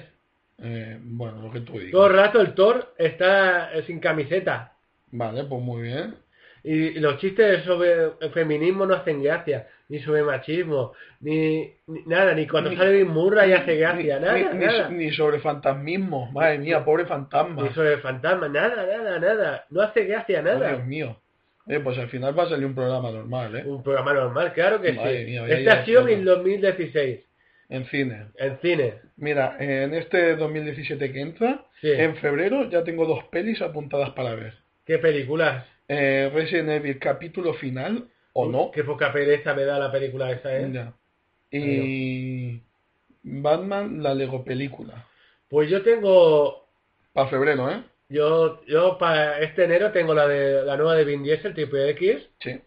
S2: Eh, bueno, lo que tú digas.
S4: Todo el rato el Thor está eh, sin camiseta.
S2: Vale, pues muy bien.
S4: Y, y los chistes sobre el feminismo no hacen gracia, ni sobre machismo, ni, ni nada, ni cuando
S2: Ni-
S4: sale Bill Murray hace
S2: Ni-
S4: gracia, nada,
S2: ni, ni
S4: nada.
S2: so- ni sobre fantasmismo, madre mía, pobre fantasma.
S4: Ni sobre el fantasma, nada, nada, nada. No hace gracia
S2: Oh, Dios
S4: nada.
S2: mío. Eh, pues al final va a salir un programa normal, ¿eh?
S4: Un programa normal, claro que
S2: Madre
S4: sí.
S2: mía, vaya
S4: este ha sido
S2: idea.
S4: mi 2016,
S2: En cine.
S4: en cine.
S2: Mira, en este 2017 que entra,
S4: Sí.
S2: en febrero ya tengo dos pelis apuntadas para ver.
S4: ¿Qué películas?
S2: Eh, Resident Evil capítulo final, o no.
S4: Qué poca pereza me da la película esa, ¿eh?
S2: Ya. Y Batman, la Lego película.
S4: Pues yo tengo...
S2: Para febrero, ¿eh?
S4: Yo, yo para este enero tengo la de la nueva de Vin Diesel, Triple X.
S2: Sí.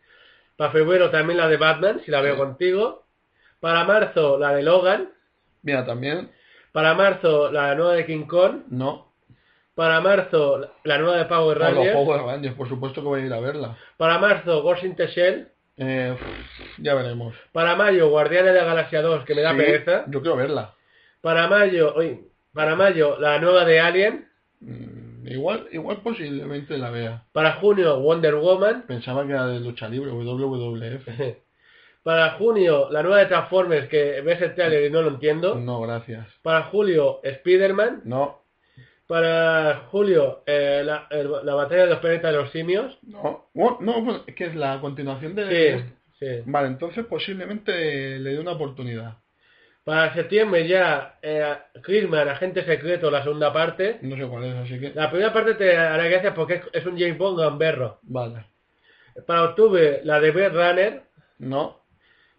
S4: Para febrero también la de Batman, si la veo
S2: Sí.
S4: contigo. Para marzo la de Logan.
S2: Mira, también,
S4: Para marzo la nueva de King Kong.
S2: no.
S4: Para marzo la- la nueva de Power
S2: Para los
S4: Rangers.
S2: Power Rangers, por supuesto que voy a ir a verla.
S4: Para marzo Ghost in the Shell.
S2: Eh, pff, ya veremos.
S4: Para mayo Guardianes de la Galaxia 2, que me da
S2: Sí,
S4: pereza.
S2: Yo quiero verla.
S4: Para mayo, oye, para mayo la nueva de Alien.
S2: Mm, Igual, igual posiblemente la vea.
S4: Para junio Wonder Woman. (laughs)
S2: Pensaba que era de lucha libre, WWF.
S4: Para junio la nueva de Transformers, que ves el trailer y no lo entiendo.
S2: No, gracias.
S4: Para julio Spider-Man.
S2: No,
S4: Para julio eh, la, el- la batalla de los planetas de los simios.
S2: no. Bueno, No, bueno, es que es la continuación de... este.
S4: Sí, sí.
S2: Vale, entonces posiblemente le dé una oportunidad.
S4: Para septiembre ya, eh, Christmas, Agente Secreto, la segunda parte.
S2: No sé cuál es, así que...
S4: La primera parte te hará gracia porque es, es un James Bond gamberro.
S2: Vale.
S4: Para octubre, la de Blade Runner.
S2: No,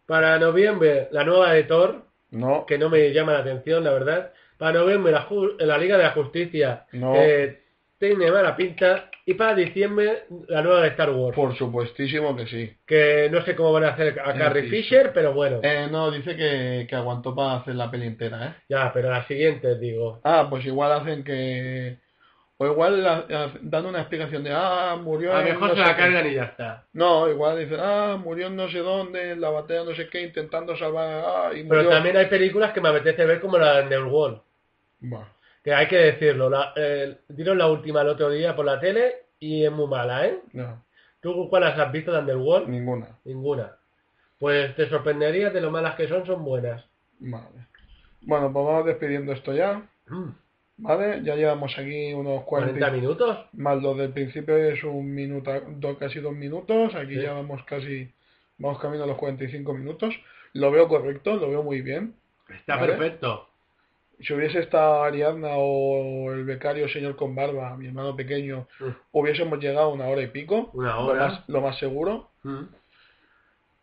S4: Para noviembre, la nueva de Thor,
S2: no,
S4: que no me llama la atención, la verdad. Para noviembre, la, ju- la Liga de la Justicia,
S2: No.
S4: que tiene mala pinta. Y para diciembre, la nueva de Star Wars,
S2: por supuestísimo que sí.
S4: que no sé cómo van a hacer a
S2: Eh,
S4: Carrie
S2: sí,
S4: Fisher, pero bueno.
S2: Eh, no, dice que, que aguantó para hacer la peli entera, ¿eh?
S4: Ya, pero la siguiente, digo.
S2: Ah, pues igual hacen que... O igual la- la- dan una explicación de, ah, murió
S4: A lo
S2: en no
S4: mejor se
S2: sé
S4: la
S2: qué.
S4: cargan y ya está.
S2: No, igual dicen, ah, murió en no sé dónde, en la batalla no sé qué, intentando salvar, ah, y
S4: Pero
S2: murió.
S4: también hay películas que me apetece ver como la de Underworld,
S2: Bueno,
S4: que hay que decirlo. La, eh, dieron la última el otro día por la tele y es muy mala, ¿eh?
S2: no,
S4: ¿Tú cuáles has visto de Underworld?
S2: ninguna.
S4: Ninguna. Pues te sorprenderías de lo malas que son, son buenas.
S2: Vale. Bueno, pues vamos despidiendo esto ya, (clears throat)
S4: Mm,
S2: ¿vale? Ya llevamos aquí unos 40,
S4: 40 minutos.
S2: Más lo del principio es un minuto, do- casi dos minutos. Aquí
S4: Sí.
S2: ya vamos casi, vamos camino a los 45 minutos. Lo veo correcto, lo veo muy bien.
S4: Está
S2: Vale.
S4: perfecto.
S2: Si hubiese estado Ariadna o el becario señor con barba, mi hermano pequeño,
S4: Mm,
S2: hubiésemos llegado a una hora y pico.
S4: Una
S2: Lo
S4: hora.
S2: más, lo más seguro.
S4: mm.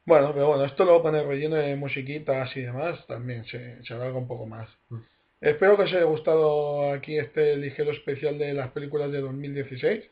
S2: Bueno, pero bueno, esto lo voy a poner relleno de musiquitas y demás. También se, se alarga un poco más.
S4: Mm.
S2: Espero que os haya gustado aquí este ligero especial de las películas de 2016.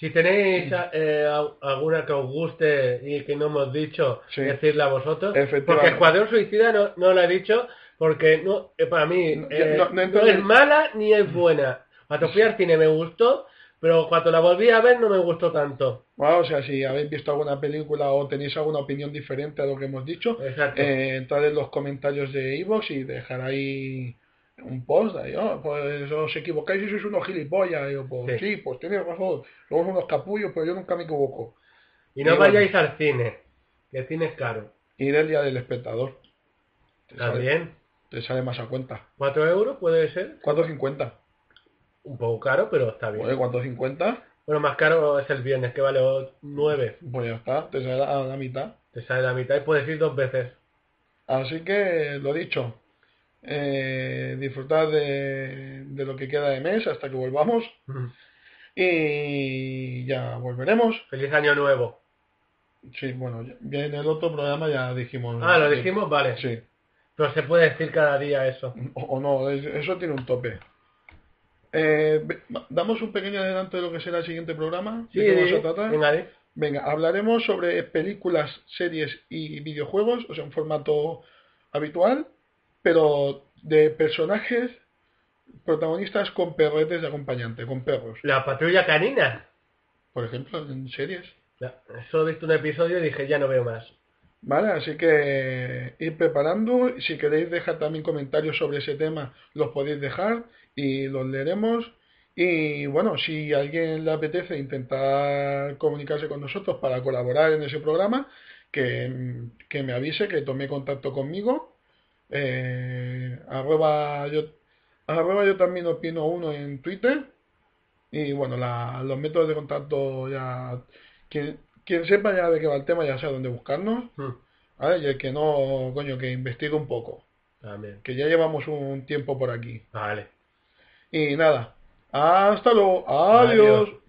S4: Si tenéis a- eh, a- alguna que os guste y que no hemos dicho,
S2: Sí.
S4: decidla vosotros.
S2: Efectivamente.
S4: Porque Escuadrón Suicida no, no la he dicho porque no, eh, para mí
S2: No,
S4: eh,
S2: yo- no- Mm.
S4: no,
S2: no entiendo-
S4: es mala ni es buena. Cuando fui al cine me gustó, pero cuando la volví a ver no me gustó tanto.
S2: Bueno, o sea, si habéis visto alguna película o tenéis alguna opinión diferente a lo que hemos dicho,
S4: Exacto.
S2: eh, entrad en los comentarios de iVoox y dejar ahí un post. Ahí, "Oh, pues os equivocáis y sois unos gilipollas. Y yo, pues
S4: Sí.
S2: sí, pues tienes razón. Somos unos capullos, pero yo nunca me equivoco.
S4: y no
S2: y bueno.
S4: vayáis al cine, que el cine es caro.
S2: Y del día del espectador. Te sale,
S4: También,
S2: te sale más a cuenta.
S4: 4 euros puede ser,
S2: 4.50.
S4: un poco caro, pero está bien.
S2: Oye, 4.50,
S4: Bueno, más caro es el viernes, que vale 9.
S2: pues ya está, te sale a la mitad.
S4: Te sale la mitad y puedes ir dos veces.
S2: Así que, lo dicho, eh, disfrutar de, de lo que queda de mes hasta que volvamos y ya volveremos.
S4: (laughs) Feliz año nuevo.
S2: Sí, bueno, ya- ya en el otro programa ya dijimos.
S4: Ah, lo dijimos, vale.
S2: Sí.
S4: Pero se puede decir cada día eso.
S2: O, o no, es- eso tiene un tope. Eh, ve- damos un pequeño adelanto de lo que será el siguiente programa. ¿De qué vamos a tratar?
S4: venga, di.
S2: Venga, hablaremos sobre películas, series y videojuegos, o sea, un formato habitual, pero de personajes protagonistas con perretes de acompañante, con perros.
S4: La patrulla canina.
S2: Por ejemplo, en series.
S4: La- Solo he visto un episodio y dije, ya no veo más. (laughs)
S2: Vale, así que ir preparando. Si queréis dejar también comentarios sobre ese tema, los podéis dejar y los leeremos. Y bueno, si a alguien le apetece intentar comunicarse con nosotros para colaborar en ese programa, que, que me avise, que tome contacto conmigo. Eh, arroba yo, arroba yo también opino uno en Twitter. Y bueno, la- los métodos de contacto ya... Quien, quien sepa ya de qué va el tema ya sabe dónde buscarnos.
S4: Mm,
S2: ¿Vale? Y el que no, coño, que investigue un poco,
S4: También.
S2: que ya llevamos un tiempo por aquí.
S4: Vale.
S2: Y nada, hasta luego, adiós.
S4: Adiós.